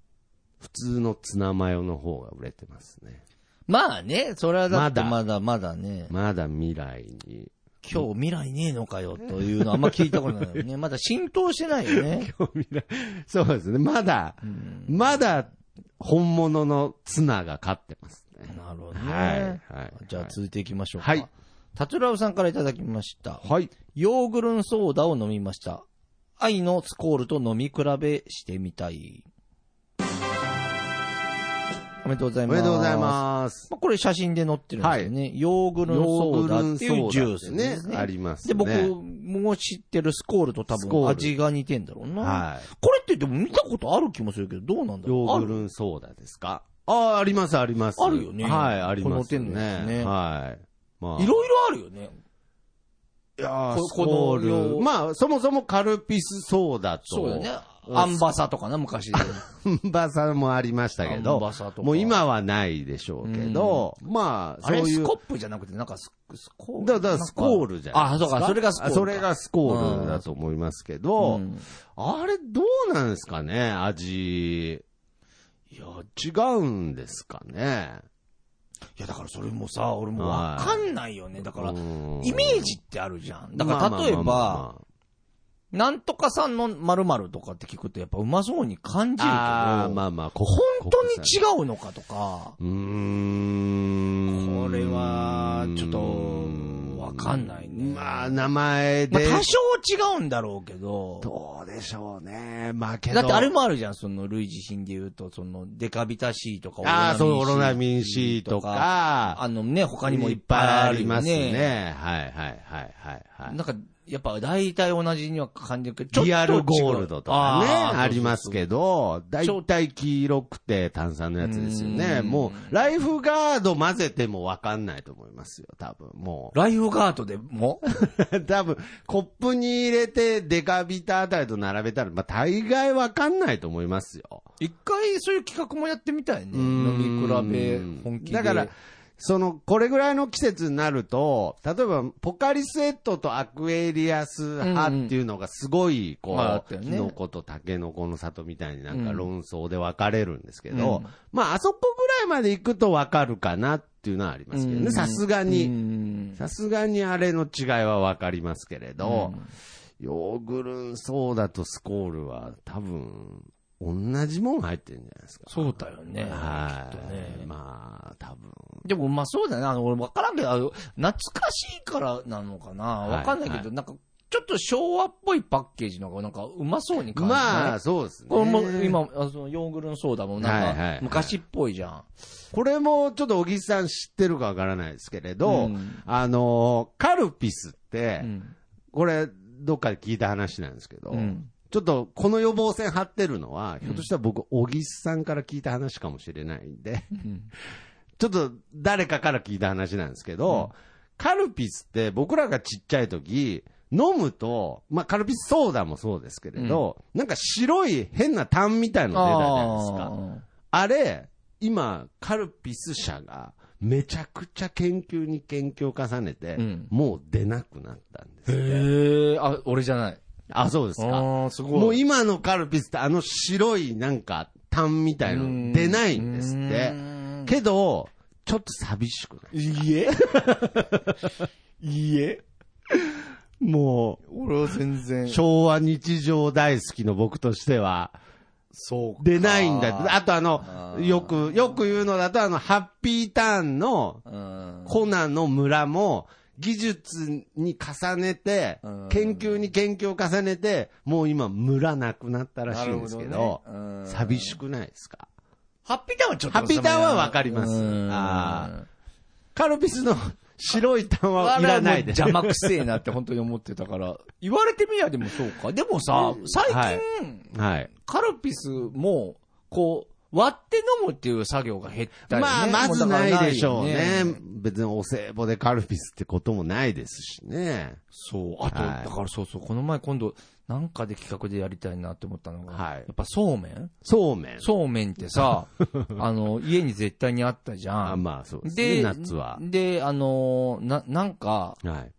S2: 普通のツナマヨの方が売れてますね。
S1: まあね、それはだって
S2: ま
S1: まだまだね、
S2: まだ未来に。
S1: 今日未来ねえのかよというのあんま聞いたことないよ ね。まだ浸透してないよね。
S2: 未来そうですね。まだ、
S1: うん
S2: まだ本物のツナが勝ってますね。
S1: なるほど
S2: はい。は
S1: ね。
S2: い。
S1: じゃあ続いていきましょうか。
S2: はい。
S1: タトゥラウさんからいただきました。
S2: はい。
S1: ヨーグルンソーダを飲みました。愛のスコールと飲み比べしてみたい。おめでとうござい
S2: お
S1: ま
S2: め
S1: す。
S2: でとうございます。
S1: まあ、これ写真で載ってるんですよね。ヨーグルンソーダっていうジュース
S2: ね
S1: ですね。。
S2: あります
S1: で、
S2: ね。
S1: 僕、もう知ってるスコールと多
S2: スコー
S1: 分
S2: ル
S1: 味が似てんだろうな。
S2: はい。
S1: これってでも見たことある気もするけど、どうなんだろう。
S2: ヨーグ
S1: ある
S2: ルンソーダですかああ、あります、あります。
S1: あるよね
S2: はい、あります
S1: この手のやつね
S2: はい。ま
S1: いろ
S2: あ、
S1: いろあるよね。
S2: いやー
S1: こ
S2: スコ
S1: この
S2: ー
S1: よ
S2: ル。まあ、そもそもカルピスソーダと、
S1: そうだね。アンバサとかな、昔。
S2: ア ンバサもありましたけ
S1: アン
S2: ど
S1: バ、サとか。
S2: もう今はないでしょうけど、ま
S1: あ
S2: あ、そう
S1: れ、
S2: い
S1: ス
S2: う。
S1: コップじゃなくて、なんかス、スコール。
S2: だだスコールじゃないですか。
S1: あそうかそれがスコールか
S2: それがスコールだと思いますけど、
S1: うん
S2: あれどうなんですかね、味。いや、違うんですかね。
S1: いや、だからそれもさ、俺もわかんないよね。だから、
S2: うん
S1: イメージってあるじゃん。だから、例え
S2: まあまあまあま
S1: ば
S2: あ、
S1: なんとかさんの〇〇とかって聞くと、やっぱうまそうに感じるけど、
S2: あーまあまあ、こ
S1: 本当に違うのかとか、
S2: うーん。
S1: これは、ちょっと、わかんないね。
S2: まあ、名前
S1: まあ
S2: で。
S1: 多少違うんだろうけど、
S2: どうでしょうね。まあ、けど。
S1: だってあれもあるじゃん、その類似品で言うと、その、デカビタ C とか、
S2: ああ、そう、オロナ
S1: ン
S2: ミン C とか、
S1: あのね、他にもいっぱいある
S2: いっぱい
S1: よ
S2: あります
S1: ね。
S2: ね。はいはいはいはいはい。
S1: なんか、やっぱ大体同じには感じるけど、ちょっと違う
S2: リアルゴールドとかね、
S1: ー
S2: あります
S1: そう
S2: けど、だ
S1: うそう
S2: いたい黄色くて炭酸のやつですよね。
S1: うん
S2: もう、ライフガード混ぜてもわかんないと思いますよ、多分。もう
S1: そう。ライフガードでも
S2: 多分、コップに入れて、デカビタあたりと並べたら、まあ、大概わかんないと思いますよ。
S1: 一回そういう企画もやってみたいね。飲み比べ本気で。
S2: だから、その、これぐらいの季節になると、例えば、ポカリスエットとアクエリアス派っていうのがすごい、こう、
S1: まああったよね
S2: キノコとタケノコの里みたいになんか
S1: うん
S2: 論争で分かれるんですけど、
S1: うん
S2: まあ、あそこぐらいまで行くと分かるかなっていうのはありますけど
S1: う
S2: ね、
S1: ん
S2: さすが
S1: う
S2: に。
S1: ん
S2: さすがにあれの違いは分かりますけれど、ヨーグルンソーダとスコールは多分、同じもん入ってるんじゃないですか。
S1: そうだよね。
S2: はい。
S1: きっとね。
S2: まあ、多分。
S1: でも、まあそうだよね。あの、俺分からんけど、あの懐かしいからなのかな。
S2: はい
S1: 分かんないけど、
S2: は
S1: なんか、ちょっと昭和っぽいパッケージのがなんかうまそうに感じない
S2: まあ、そうですね。
S1: これも、今、あそのヨーグルのソーダもなん
S2: はいはいは
S1: か
S2: い、
S1: 昔っぽいじゃん。
S2: これもちょっと小木さん知ってるかわからないですけれど、
S1: うん
S2: あの、カルピスって、
S1: うん
S2: これ、どっかで聞いた話なんですけど、
S1: うん
S2: ちょっとこの予防線張ってるのは、ひょっとしたら僕、小木さんから聞いた話かもしれないんで、ちょっと誰かから聞いた話なんですけど、カルピスって僕らがちっちゃい時、飲むと、まあ、カルピスソーダもそうですけれど、なんか白い変な痰みたいの出たじゃないですか。あれ、今、カルピス社がめちゃくちゃ研究に研究を重ねて、
S1: うん
S2: もう出なくなったんです。
S1: へえ、あ、俺じゃない。
S2: あ、そうですか。
S1: ああ、すごい。
S2: もう今のカルピスってあの白いなんか痰みたいの出ないんですって
S1: う。ん
S2: けど、ちょっと寂しくない
S1: いいえ。いいえ。
S2: も
S1: 俺は全
S2: う、
S1: 然
S2: 昭和日常大好きの僕としては、
S1: そうか
S2: 出ないんだって。あとあ
S1: あ
S2: の、
S1: ー
S2: よく、よく言うのだとあの、ハッピーターンの
S1: うん
S2: コナンの村も、技術に重ねて
S1: うん、
S2: 研究に研究を重ねて、もう今村なくなったらしいんですけ
S1: なるほ
S2: ど、
S1: どねうん
S2: 寂しくないですか
S1: ハッピーターンはちょっと。
S2: ハッピーターンはわかります
S1: うん
S2: あカルピスの白い単はいらないで
S1: あれはもう。邪魔くせえなって本当に思ってたから、言われてみりゃでもそうか。でもさ、最近、
S2: はいはい。
S1: カルピスも、こう、割って飲むっていう作業が減ったりね。
S2: まあ、まず
S1: もうだか
S2: な
S1: ら
S2: いでしょうね
S1: よ。
S2: 別にお歳暮でカルピスってこともないですしね。
S1: そう。あと、
S2: はい
S1: だからそうそう、この前今度、なんかで企画でやりたいなって思ったのが、
S2: はい
S1: やっぱそうめん
S2: そうめん。
S1: そうめんって さ、あの、家に絶対にあったじゃ
S2: あ
S1: ん。
S2: まあ、そうですね、
S1: で、
S2: 夏は。
S1: で、あの、な、なんか、
S2: はい。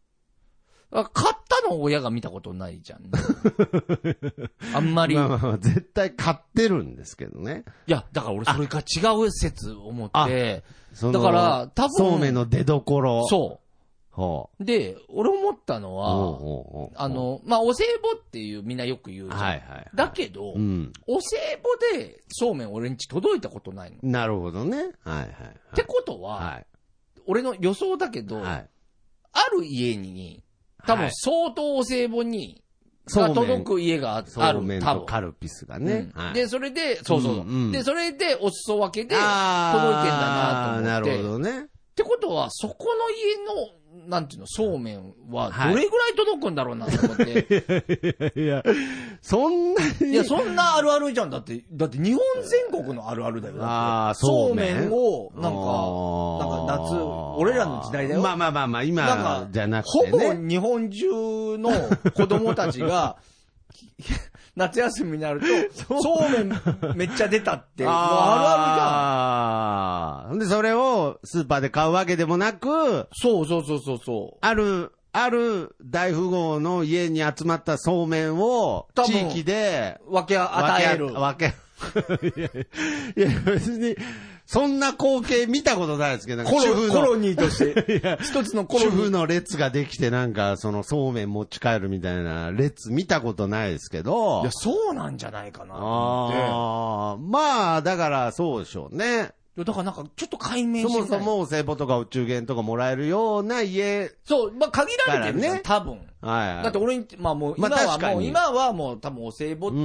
S1: あ買ったのを親が見たことないじゃ ん。あんまり。
S2: まあまあまあ、絶対買ってるんですけどね。
S1: いや、だから俺それが違う説思って、
S2: そ
S1: だ
S2: の
S1: から多分
S2: そうめんの出所。
S1: そ
S2: ほう。
S1: う。で、俺思ったの
S2: おう
S1: は、
S2: おうおう
S1: あ、の、まあ、お歳暮っていうみんなよく言うじゃん。
S2: はいはい。
S1: だけど、
S2: うん。
S1: お歳暮でそうめん俺んち届いたことないの。っ
S2: なるほどね。はいはい、はい。
S1: てことは、
S2: は
S1: 俺の予想だけ
S2: い。
S1: ど、
S2: はい。
S1: ある家に、多
S2: は
S1: 分
S2: い
S1: 相当お歳暮に、
S2: そうめ
S1: が
S2: ん
S1: 届く家がああ
S2: そうめ
S1: る、
S2: ん
S1: 多
S2: と
S1: 分。
S2: カルピスが
S1: ね
S2: ね。はい。
S1: で、それで、そうそうそう、
S2: うんうん
S1: で、それで、お裾分けで、届いてん
S2: あ
S1: だなと思っ
S2: ー
S1: て。
S2: なるほどね。
S1: ってことは、そこの家の、なんていうの、そうめんは、
S2: はい
S1: どれぐらい届くんだろうなと思って。 い、
S2: いや、そんなに。
S1: や、そんなあるあるじゃん。だって、だって日本全国のあるあるだよ。だって
S2: あーそうめん
S1: そうめんを、なん
S2: あー
S1: か、なんか夏、俺らの時代だよ。
S2: まあまあまあまあ、
S1: な
S2: 今
S1: んか、
S2: じゃなく
S1: ほ
S2: て
S1: ぼ
S2: ね。
S1: 日本中の子供たちが、 夏休みになると、そうめんめっちゃ出たって、もうあ
S2: あるあるじゃん。で、それをスーパーで買うわけでもなく、
S1: るあるじゃん。そうそうそうそうそう。
S2: ある、ある大富豪の家に集まったそうめんを、
S1: 多分
S2: 地域で
S1: 分け与える。
S2: 分け、分け、いや、いや別に、そんな光景見たことないですけど、なんか
S1: コ
S2: 主
S1: ロ
S2: 婦
S1: コロ
S2: の、
S1: ニーと して、一つのコロニ
S2: 主婦
S1: ー。
S2: の列ができてなんか、そのそうめん持ち帰るみたいな列見たことないですけど
S1: いや、、そうなんじゃないかなと思っ
S2: ああ、まあ、だからそうでしょうね。
S1: て。いやだからなんか、ちょっと解明し
S2: そ
S1: て
S2: も
S1: みた
S2: そ
S1: い。
S2: もお歳暮とかお中元とかもらえるような家、
S1: そう、まあ、限られてる
S2: だ
S1: ね
S2: からね、
S1: 多分。
S2: はいはい。
S1: だって俺に、まあもう、
S2: まあ
S1: 今は
S2: 確か
S1: もう、
S2: に
S1: 今はもう、多分お歳暮っていう文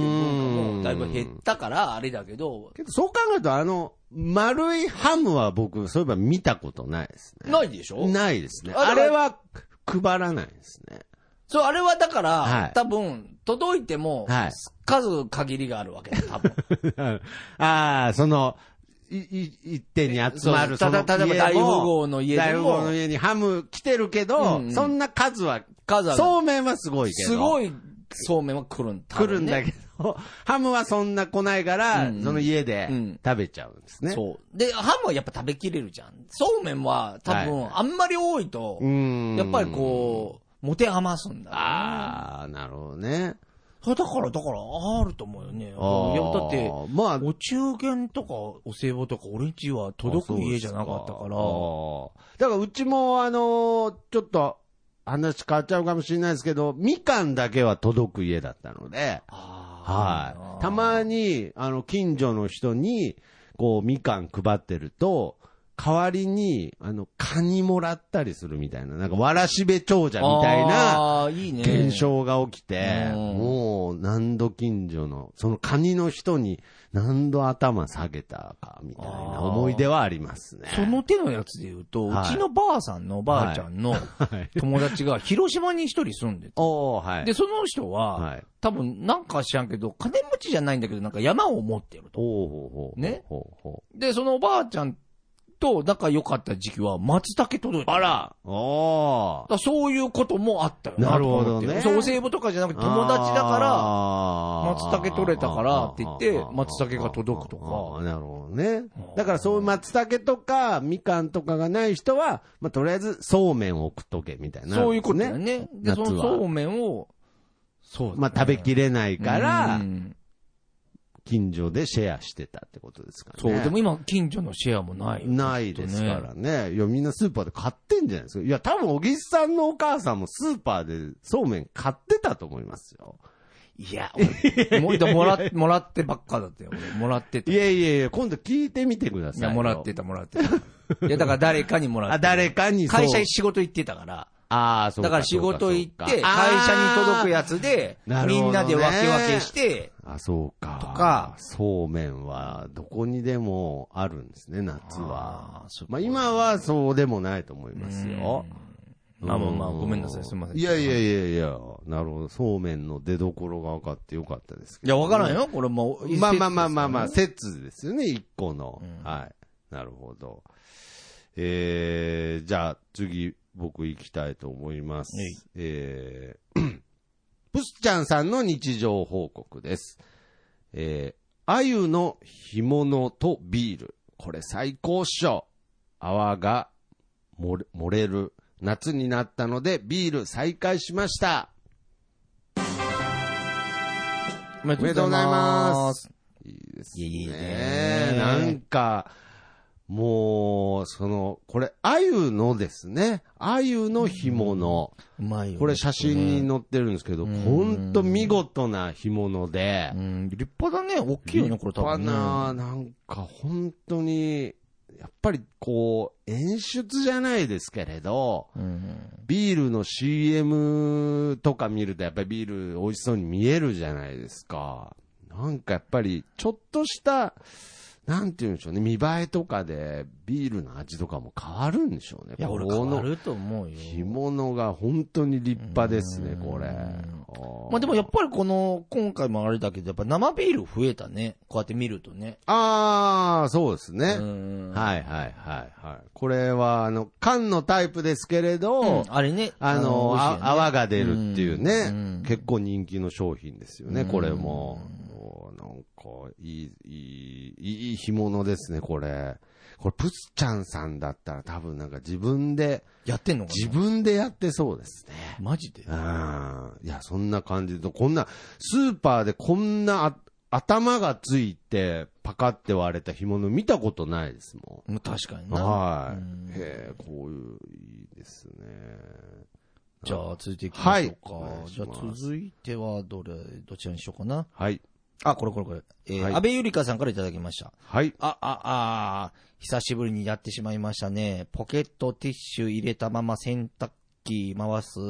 S1: 化
S2: うー
S1: もだい
S2: ん
S1: ぶ減ったから、あれだけど、
S2: けどそう考えると、あの、丸いハムは僕、そういえば見たことないですね。
S1: ないでしょ
S2: ないですね。
S1: あ
S2: あ
S1: れ
S2: れは配らないですね。
S1: そう、あれはだから、
S2: はい
S1: 多分、届いても、
S2: はい
S1: 数限りがあるわけだ、多分。
S2: ああ、その、い、い、一点に集まる、
S1: そ
S2: そうの
S1: ただ例えば
S2: 家
S1: 大
S2: も
S1: 富豪の家でも
S2: 大富豪の家にハム来てるけど、
S1: うんうん
S2: そんな数は、
S1: 数ある。
S2: そうめんはすごいけど。
S1: す
S2: い。
S1: ごい、そうめんは来るんだ、
S2: 来るんだけど、 ハムはそんな来ないから、
S1: うんうん
S2: その家で
S1: うん
S2: 食べちゃうんですね。
S1: そう。で、ハムはやっぱ食べきれるじゃん。そうめんは多分、
S2: はい
S1: あんまり多いと、
S2: ん
S1: やっぱりこう、持て余すんだ、ね。
S2: ああ、なるほどね。
S1: そうだから、だから、あると思うよね。いや
S2: あー
S1: だって、
S2: まあ、
S1: お中元とかお歳暮とか俺んちは届く家じゃなかったから、
S2: だからうちも、あのーちょっと話変わっちゃうかもしれないですけど、みかんだけは届く家だったので、
S1: あー
S2: はい。たまに、あの、近所の人に、こう、みかん配ってると、代わりに、あの、カニもらったりするみたいな、なんか、わらしべ長者みたいな
S1: あー、いいね。
S2: 現。象が起きて、
S1: うん
S2: もう、何度近所の、そのカニの人に何度頭下げたか、みたいな思い出はありますね。
S1: その手のやつで言うと、
S2: はいう
S1: ちのばあさんのばあちゃんの
S2: はい。
S1: 友達が広島に一人住んでて、
S2: おー、 はい。
S1: で、その人は、
S2: はい。
S1: 多分なんか知らんけど、金持ちじゃないんだけど、なんか山を持ってると。
S2: おー、ほうほう。
S1: ね
S2: ほうほ
S1: で、そのおばあちゃんと仲良かった時期は松茸届いて
S2: う。
S1: る
S2: あらお
S1: だからそういうこともあったよなと思って
S2: なるほどね
S1: そう、お歳暮とかじゃなくて 友達だから、
S2: ら
S1: 松茸取れたからって言って松茸が届くとか
S2: なるほどね。だからそういう松茸とか、みかんとかがない人は、まあ、とりあえずそうめんを送っとけみたいな。
S1: そういうことだよ。ね。で、
S2: 夏
S1: そ
S2: は
S1: のそうめんを、そうだね
S2: まあ、食べきれないから
S1: う、ん
S2: 近所でシェアしてたってことですから
S1: そう、
S2: ね。
S1: でも今、近所のシェアもないよ。
S2: ないですからね。いや、みんなスーパーで買ってんじゃないですか。いや、多分、小木さんのお母さんもスーパーでそうめん買ってたと思いますよ。
S1: いや、俺もうも らもらってばっかだったよ。俺もらってた。
S2: い
S1: い
S2: やいやいや、今度聞いてみてくださいよ。
S1: や、もらってた、もらってた。いや、だから誰かにもらって
S2: あ、
S1: た。
S2: 誰かにそう
S1: 会社に仕事行ってたから。
S2: ああ、そう
S1: だから仕事行って、会社に届くやつで、
S2: なる
S1: み
S2: ほどね
S1: んなで分け分けして、
S2: つ。あ、そうか。
S1: とか
S2: そうめんは、どこにでもあるんですね、夏
S1: あ
S2: は。
S1: ーそう
S2: まあ今はそうでもないと思いますよ。
S1: まあまあまあ、
S2: うん
S1: ごめんなさい、すみません。
S2: いやいやいやいや、なるほど。そうめんの出所が分かってよかったですけ
S1: い
S2: ど。
S1: や、わからんよ、これもう。
S2: まあまあまあまあまあ、
S1: 一
S2: 説ですよね、一個の。
S1: うん
S2: はい。なるほど。えー、じゃあ次、僕行きたいと思います
S1: えい。
S2: えー、 プスちゃんさんの日常報告です。えー、鮎の干物とビール。これ最高っしょ。泡が漏れ漏れる。夏になったのでビール再開しました。
S1: 説おめ。
S2: おめでとうございますいいですね。
S1: いいね
S2: なんか、もう、その、これ、鮎のですね。鮎の干物。
S1: うまいよね。
S2: これ写真に載ってるんですけど、
S1: うん
S2: ほんと見事な干物で
S1: う、ん、立派だね。大きいよね、これ多分ね。
S2: 立派な、なんか本当に、やっぱりこう、演出じゃないですけれど、
S1: うん。
S2: ビールの CM とか見るとやっぱりビール美味しそうに見えるじゃないですか。なんかやっぱりちょっとした、なんて言うんでしょうね、見栄えとかでビールの味とかも変わるんでしょうね。
S1: いや、俺
S2: こ
S1: 変わ
S2: の
S1: ると思うよ。
S2: 干物が本当に立派ですね、これ。
S1: まあでもや
S2: っ
S1: っぱりこの、今回もあれだけど、やっぱ生ビール増えたね。こうやって見るとね。
S2: あー、そうですね。
S1: うん。
S2: はいはいはいはい。これは、あの、缶のタイプですけれど、
S1: うんあれね。
S2: あの、
S1: 美味しい
S2: あ
S1: よね
S2: 泡が出るっていうね、
S1: うんうん
S2: 結構人気の商品ですよね、
S1: うん
S2: これも。おーなんか、いい、いい、いい干物ですね、これ。これ、プスちゃんさんだったら多分なんか自分で、
S1: やってんのか
S2: 自
S1: な
S2: 分でやってそうですね。
S1: マジで
S2: うん。いや、そんな感じの、こんな、スーパーでこんなあ頭がついて、パカって割れた干物見たことないですもん。
S1: うん確かにな。
S2: は
S1: うん
S2: い。へえ、こういう、いいですね。
S1: じゃあ続いていきましょうか。
S2: はいお願いし
S1: じゃ
S2: ます
S1: あ続いてはどれ、どちらにしようかな。
S2: はい。
S1: あ、これこれこれ。えー
S2: はい
S1: 安倍ゆりかさんからいただきました。
S2: はい。
S1: あ、あ、あー、久しぶりにやってしまいましたね。ポケットティッシュ入れたまま洗濯機回す、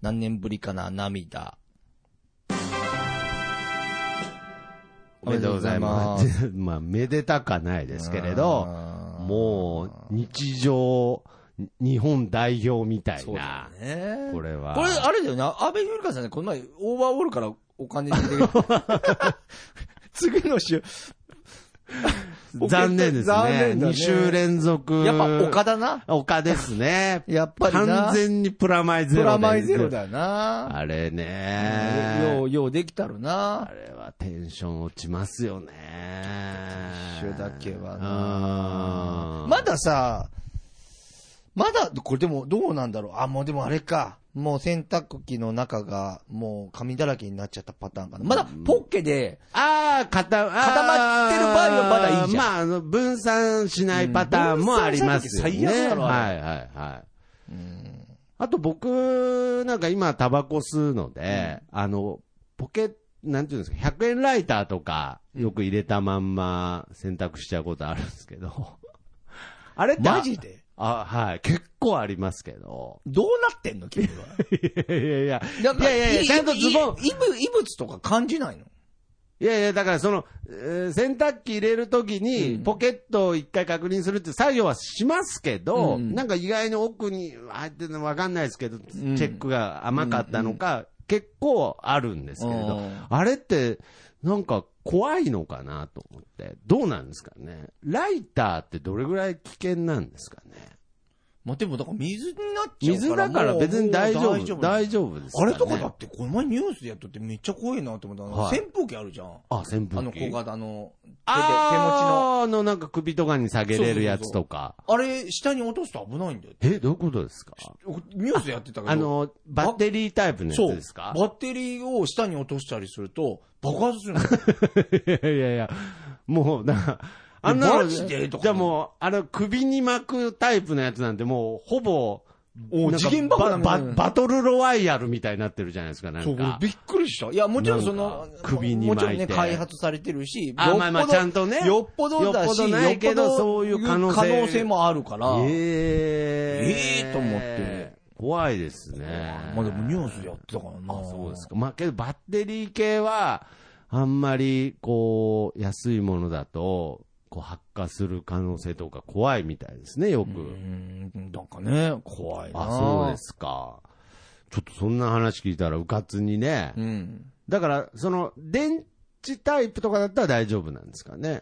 S1: 何年ぶりかな、涙。
S2: おめでとうございます
S1: おめ。
S2: まあ、めでたかないですけれど、
S1: あー
S2: もう、日常、日本代表みたい
S1: そうだ
S2: な。
S1: ね。
S2: これは。
S1: これ、あれだよね。安倍ゆりかさんね、この前、オーバーオールからお金出てくる。 次の週。
S2: 残念です
S1: 残
S2: ね。
S1: 念だね
S2: 2週連続。
S1: やっぱ岡だな。。
S2: 岡ですね
S1: やっぱりな。
S2: 完全にプラマイ
S1: プ
S2: ゼロで
S1: ラマイゼロ。だよな。
S2: あれ
S1: よ
S2: ね。
S1: う、ようできたるな
S2: あ。れはテンション落ちますよね。
S1: 一緒だけは
S2: な
S1: まださ、まだ、これでもどうなんだろう。あ、もうでもあれか。もう洗濯機の中が、もう紙だらけになっちゃったパターンかな。まだ、ポッケで、
S2: ああ、固、
S1: 固まってる場合はまだいいじゃん
S2: ん。まあ、あの、分散しないパターンもありますよね。
S1: うん分散した時最悪だろあ
S2: はいはいはい。あと僕、なんか今タバコ吸うので、あの、ポケなんていうんですか、100円ライターとか、よく入れたまんま洗濯しちゃうことあるんですけど、あれって
S1: マジで
S2: あ、はい。結構ありますけど。
S1: どうなってんの君は。
S2: いやいや いや。
S1: いや
S2: いやいやいやちゃんとズボン
S1: いい異物異物とか感じないの
S2: いやいや、だからその、えー洗濯機入れるときに、ポケットを一回確認するっていう作業はしますけど、
S1: うん
S2: なんか意外に奥に入ってるのわかんないですけど、チ
S1: ん
S2: ェックが甘かったのか、結構あるんですけれ
S1: う
S2: ど
S1: ん、
S2: あれって、なんか怖いのかなと思って、どうなんですかね。ライターってどれぐらい危険なんですかね。
S1: まあ、でもだから水になっちゃうから。
S2: 水だから
S1: もう
S2: 別に大丈
S1: も
S2: 夫、
S1: う
S2: 大丈夫です
S1: あ
S2: ね。
S1: れとかだって、この前ニュースでやっとってめっちゃ怖いなと思ったの、
S2: はい
S1: 扇風機あるじゃん。
S2: あ、扇風機。
S1: あの小型の、手で、手持ちの。
S2: あーあのなんか首とかに下げれるやつとか。
S1: あれ、下に落とすと危ないんだよ。
S2: え、どういうことですか
S1: ニュースでやってたけど。
S2: あの、バッテリータイプのやつ
S1: そう。
S2: ですか
S1: バッテリーを下に落としたりすると、爆発する の。い
S2: いやいやいや、もうな、あん
S1: え
S2: なの、
S1: マジでとか
S2: じゃあもう、あの、首に巻くタイプのやつなんてもう、ほぼ、
S1: お
S2: なんか
S1: 次元爆弾みた
S2: バ
S1: いな
S2: ババトルロワイヤルみたいになってるじゃないですか、なん
S1: そう、俺
S2: か。
S1: びっくりした。いや、もちろんその
S2: なん、か首に
S1: も
S2: 巻
S1: ちろ
S2: いて
S1: んね、開発されてるし、
S2: あまあま
S1: よっ
S2: あ
S1: ぽど
S2: ちゃんとね
S1: よっぽどだし、
S2: よっぽどないけど
S1: よっぽ
S2: そういう可能性
S1: 可能性もあるから。
S2: え
S1: えーと思って。
S2: 怖いですね。
S1: まあでもニュースでやってたからな。
S2: あ、そうですか。まあ、けどバッテリー系は、あんまり、こう、安いものだと、こう、発火する可能性とか怖いみたいですね、よく。
S1: うーん、なんかね、怖いな。
S2: あ、そうで。すか。ちょっとそんな話聞いたら、うかつにね。
S1: うん。
S2: だから、その、電池タイプとかだったら大丈夫なんですかね。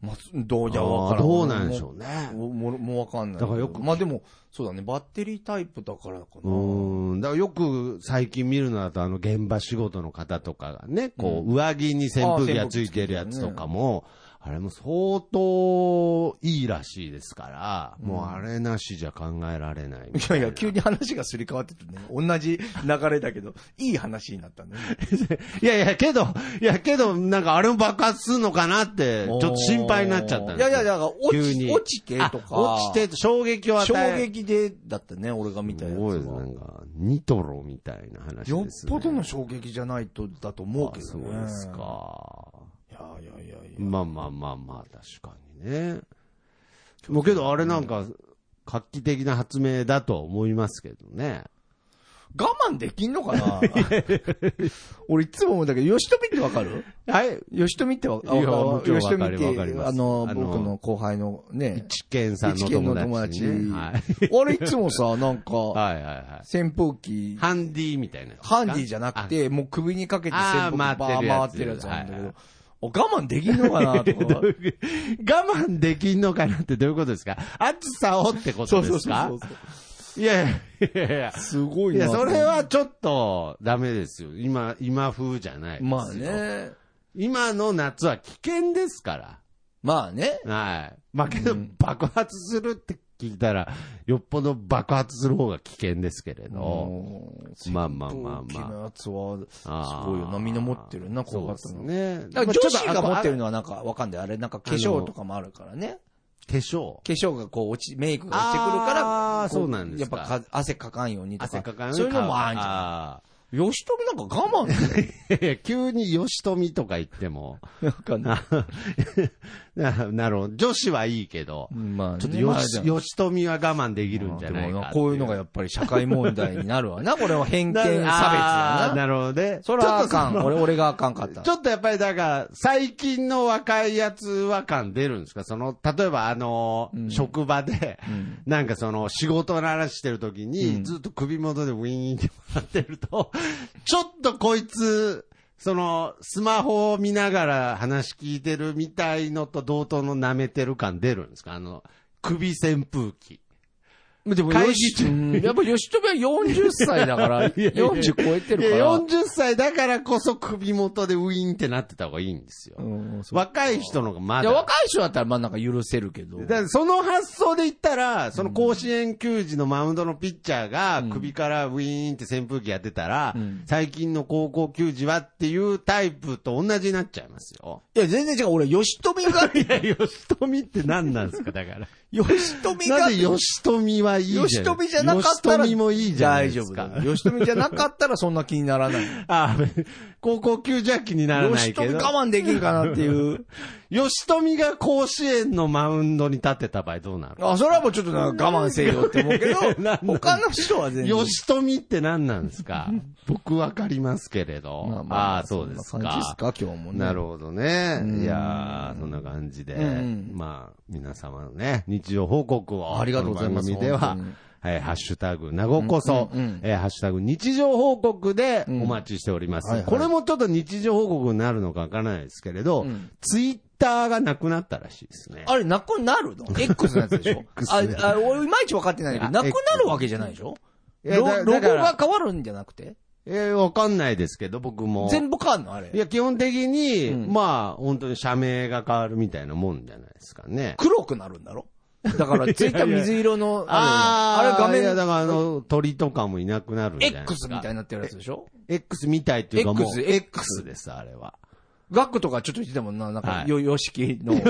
S1: まあ、どうじゃわ
S2: あ
S1: か
S2: ー
S1: らん
S2: どうなんでしょうね。
S1: もう。もう、もうわかんない。
S2: だからよく
S1: まあでも、そうだね、バッテリータイプだからかな。
S2: うん。だからよく最近見るのだと、あの、現場仕事の方とかがね、こう、上着に扇風機がついてるやつとかも、あれも相当いいらしいですから、もうあれなしじゃ考えられないみ
S1: い
S2: た
S1: やい
S2: いな。
S1: や、急に話がすり替わっててね、同じ流れだけど、いい話になったね。
S2: いやいや、けど、いや、けど、なんかあれも爆発するのかな って、ちょっと心配になっちゃったん
S1: い
S2: です
S1: や
S2: よ
S1: いや、だから落
S2: 急に
S1: ち、落ちてとか。
S2: あ落ちて、衝撃を与
S1: 衝
S2: え
S1: 撃で、だったね、俺が見たや
S2: す
S1: つ
S2: ごいです。
S1: は。
S2: なんか、ニトロみたいな話
S1: よっ
S2: ですね。
S1: ぽどの衝撃じゃないと、だと思うけ
S2: あ
S1: ど
S2: そう
S1: ね。
S2: です。か。
S1: いやいやいやいや。
S2: まあまあまあまあ、確かにね。もうけどあれなんか、画期的な発明だとは思いますけどね。
S1: 我慢できんのかな 俺いつも思うんだけど、吉富ってわかる
S2: はい。
S1: 吉富ってわか
S2: い
S1: る
S2: やもちろん
S1: 吉富っ
S2: わかり
S1: て、
S2: ます
S1: あの、
S2: あの
S1: 僕の後輩のね、
S2: 知見さんの
S1: 一軒
S2: 友
S1: の
S2: 達、ね。
S1: 友達。
S2: はい。
S1: あれいつもさ、なんか、
S2: はいはいは
S1: 扇風
S2: い。
S1: 機、
S2: ハンディみたいなやつですか。
S1: ハンディじゃなくて、もう首にかけて扇風機
S2: あー
S1: バー
S2: 回
S1: 回
S2: っ
S1: っててる
S2: るや
S1: や
S2: つ
S1: つなんだ
S2: はい
S1: け
S2: は
S1: ど、お我慢できんのかなとか。
S2: あ。我慢できんのかなってどういうことですか暑さをってことですか
S1: う。
S2: いやいやいやいや。
S1: すごい
S2: い
S1: な。
S2: や、それはちょっとダメですよ。今、今風じゃないですよ。
S1: まあ。ね。
S2: 今の夏は危険ですから。
S1: まあね。
S2: はい。まあけ
S1: う
S2: ど
S1: ん、
S2: 爆発するって聞いたら、よっぽど爆発する方が危険ですけれど。
S1: うん
S2: まあまあまあまあ
S1: 扇風機のやつは、す
S2: あー
S1: ごいよな。みんな持ってるな、小
S2: そうで
S1: 型
S2: す
S1: の。
S2: ね。
S1: だから女子が持ってる
S2: の
S1: のはなんかわかんない。あれなんか化粧とかもあるからね。
S2: 化粧。
S1: 化粧がこう落ち、メイクが落ちてくるか
S2: あ
S1: ら、
S2: ー
S1: こ
S2: そうなんですか
S1: やっぱか汗かかんようにとか。
S2: 汗かかない
S1: そういうのもあるんじゃ
S2: ゃ
S1: ん。吉富なんか我慢で
S2: ん。いや、急に吉富とか言っても。
S1: なんかね。
S2: ななるほど。女子はいいけど。
S1: まあ、
S2: ちょっと
S1: まあ
S2: 吉、吉富は我慢できるんじゃない
S1: でも
S2: か。
S1: こういうのがやっぱり社会問題になるわな。これは偏見差別だ
S2: あー
S1: な。
S2: なるほどね。
S1: それはあか
S2: ちょっとそ
S1: ん。
S2: の
S1: 俺、俺があかんかった。
S2: ちょっとやっぱりだから、最近の若いやつは感出るんですかその、例えばあの、職場で、 なんかその、仕事の話してる時に、ずっと首元でウィーンって回ってると、 ちょっとこいつ、その、スマホを見ながら話聞いてるみたいのと同等の舐めてる感出るんですかあの、首扇風機。
S1: でも
S2: 会議
S1: 吉う
S2: 中
S1: んやっぱ吉富は40歳だから、40超えてるか
S2: いや
S1: ら。
S2: 40歳だからこそ首元でウィーンってなってた方がいいんですよ。
S1: うんそう
S2: 若い人の方がま
S1: いや、
S2: だ。
S1: 若い人だったらまあなんか許せるけど。
S2: だからその発想で言ったら、その甲子園球児のマウンドのピッチャーが首からウィーンって扇風機やってたら、
S1: うん
S2: 最近の高校球児はっていうタイプと同じになっちゃいますよ。
S1: いや、全然違う。俺、吉富が、
S2: いや、吉富って何なんですか、だから。
S1: 吉富が、
S2: なぜ吉富ははいいじゃん。
S1: 吉富じゃなかったら、
S2: 吉富もいいじゃな
S1: 大
S2: いで
S1: 丈
S2: す
S1: 夫
S2: か。
S1: だ。吉富じゃなかったらそんな気にならない。
S2: あ、高校球ジャッキにならない
S1: 吉
S2: け
S1: 富
S2: ど。
S1: 我慢できんかなって いう。
S2: 吉富が甲子園のマウンドに立ってた場合どうなる
S1: あ、それはもうちょっとなんか我慢せよって思う けど
S2: なんなん、
S1: 他の人は全然。
S2: 吉富って何なんで すか僕わかりますけれど。
S1: まあ
S2: あ
S1: まあ
S2: あ、そうです
S1: そんな感じです
S2: か。
S1: か、今日もね。
S2: なるほどね。
S1: うん
S2: いやー、そんな感じで
S1: うん。
S2: まあ、皆様のね、日常報告を。
S1: ありがとうございます
S2: この番組では
S1: 本当に、
S2: はい、ハッシュタグ、なごこそ、
S1: うんうんうん
S2: えーハッシュタグ、日常報告でお待ちしております。
S1: うんはいはい
S2: これもちょっと日常報告になるのかわからないですけれど、
S1: うん
S2: ツイッターがなくなったらしいですね。
S1: あれ、なくなるの ?X のやつでしょ
S2: X
S1: あ
S2: ね、
S1: あ、俺いまいち分かってないけど、
S2: あ
S1: なくなるわけじゃないでしょ
S2: いや
S1: ロ
S2: だ
S1: ロゴ
S2: だから
S1: が変わるんじゃなくて
S2: えーわかんないですけど、僕も。
S1: 全部変わるのあれ
S2: い。や、基本的に、
S1: うん
S2: まあ、本当に社名が変わるみたいなもんじゃないですかね。
S1: 黒くなるんだろだから、ツイッター水色の、
S2: あー
S1: あるよねあ
S2: いや、
S1: れ画
S2: だからあの、鳥とかもいなくなるんじゃ
S1: 面、
S2: ないです
S1: X
S2: か。
S1: みたいになってるやつでしょ
S2: X みたいっていうかもう、
S1: X X
S2: です、あれは。
S1: ガックとかちょっと言ってたもんな、なんか
S2: は、い
S1: よ、よしき の。
S2: いや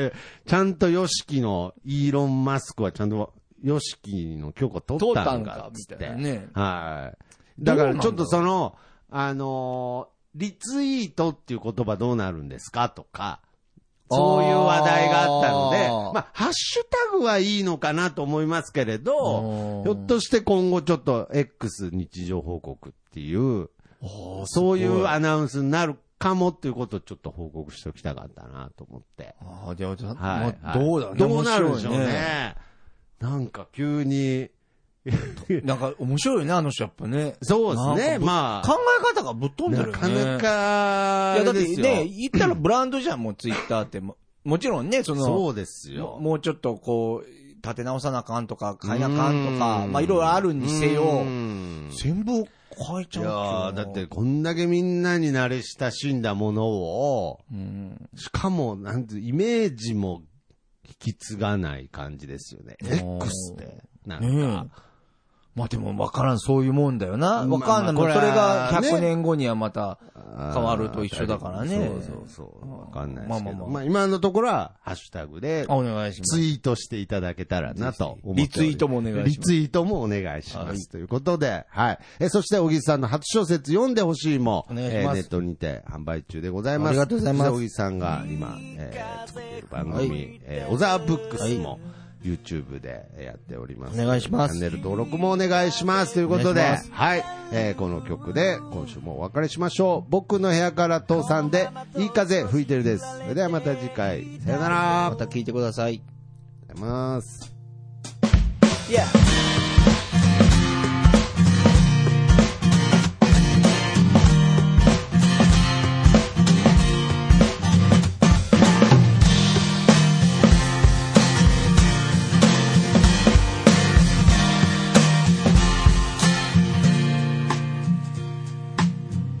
S2: いやちゃんとヨシキのイーロン・マスクはちゃんとヨシキの許可取ったんかっつっ
S1: 取
S2: て。
S1: ったんかみたいなね
S2: はい。だから
S1: どうなんだろう
S2: ちょっとその、あのーリツイートっていう言葉どうなるんですかとか、そういう話題があったので
S1: あー、
S2: まあ、ハッシュタグはいいのかなと思いますけれ
S1: う
S2: ど
S1: ん、
S2: ひょっとして今後ちょっと X 日常報告っていう、そういうアナウンスになるかもっていうことをちょっと報告しておきたかったなと思って。
S1: ああ、じゃあ、じゃあ
S2: はい。
S1: まあどうだろ
S2: は
S1: う
S2: い
S1: ね
S2: どうなるんでしょう。
S1: 面白いね
S2: ね。なんか急に、
S1: なんか、面白いよね、あの人やっぱね。
S2: そうです
S1: なんか
S2: ね。
S1: ぶ
S2: ま
S1: 考え方がぶっ飛んで
S2: あ、
S1: る
S2: な
S1: よね。
S2: かなか、
S1: いや、だっ
S2: です
S1: て
S2: よ
S1: ね、言ったらブランドじゃん、もうツイッターっても。もちろんね、その、
S2: そうですよ。
S1: もうちょっとこう、立て直さなあかんとか、変えなあかんとか、
S2: う
S1: まあいろいろあるにせよ
S2: う、ん
S1: 全部変えち
S2: い
S1: ゃう
S2: やー
S1: う
S2: だって、こんだけみんなに慣れ親しんだものを、
S1: うん。
S2: しかも、なんて、イメージも引き継がない感じですよね。
S1: ー
S2: X って。なんか、
S1: ねえ。まあでも分からん、そういうもんだよな。
S2: まあ
S1: 分かんない。
S2: まあこれ
S1: それが
S2: ね
S1: 100年後にはまた、
S2: 変
S1: 変わると一緒だからね
S2: そうそうそう。わかんないです
S1: ま
S2: けど。
S1: あまあま
S2: ま
S1: あ
S2: あ、今のところは、ハッシュタグで、
S1: あお願いします
S2: ツイ。ートしていただけたらなと思っております
S1: リツイートもお願いします
S2: リツイートもお願いします。
S1: はい
S2: ということで、はい。え、そして、小木さんの初小説読んでほしいも、
S1: お願いします
S2: えーネットにて販売中でございます。
S1: ありがとうございます
S2: そして小木さんが今、えー作っている番組、
S1: はい
S2: えー、小沢ブックスも、YouTube でやっております。
S1: お願いします
S2: チャンネル登録もお願いします。ということ
S1: お
S2: で
S1: 願いし、
S2: はい。えーこの曲で今週もお別れしましょう。僕の部屋から父さんで、いい風吹いてるです。それではまた次回、さよなら。あ
S1: ま
S2: りがと
S1: た聞いてください。
S2: うございます。
S1: Yeah.
S3: 「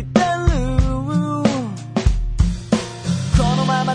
S3: いてるこのまま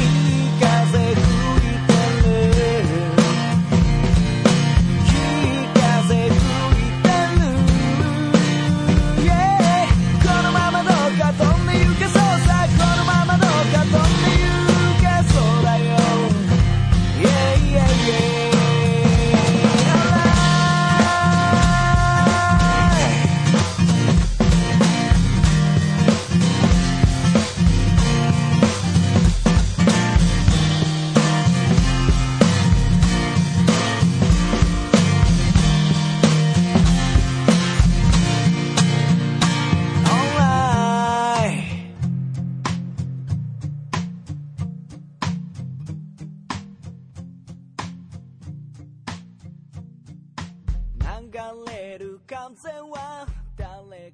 S3: いい風吹いてるいい風吹いてる、yeah、このままどうか飛んで行けそうさこのままどうか飛んで行けそうだよ yeah yeah yeah alright 流れる風は誰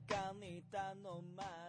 S3: かに頼まれ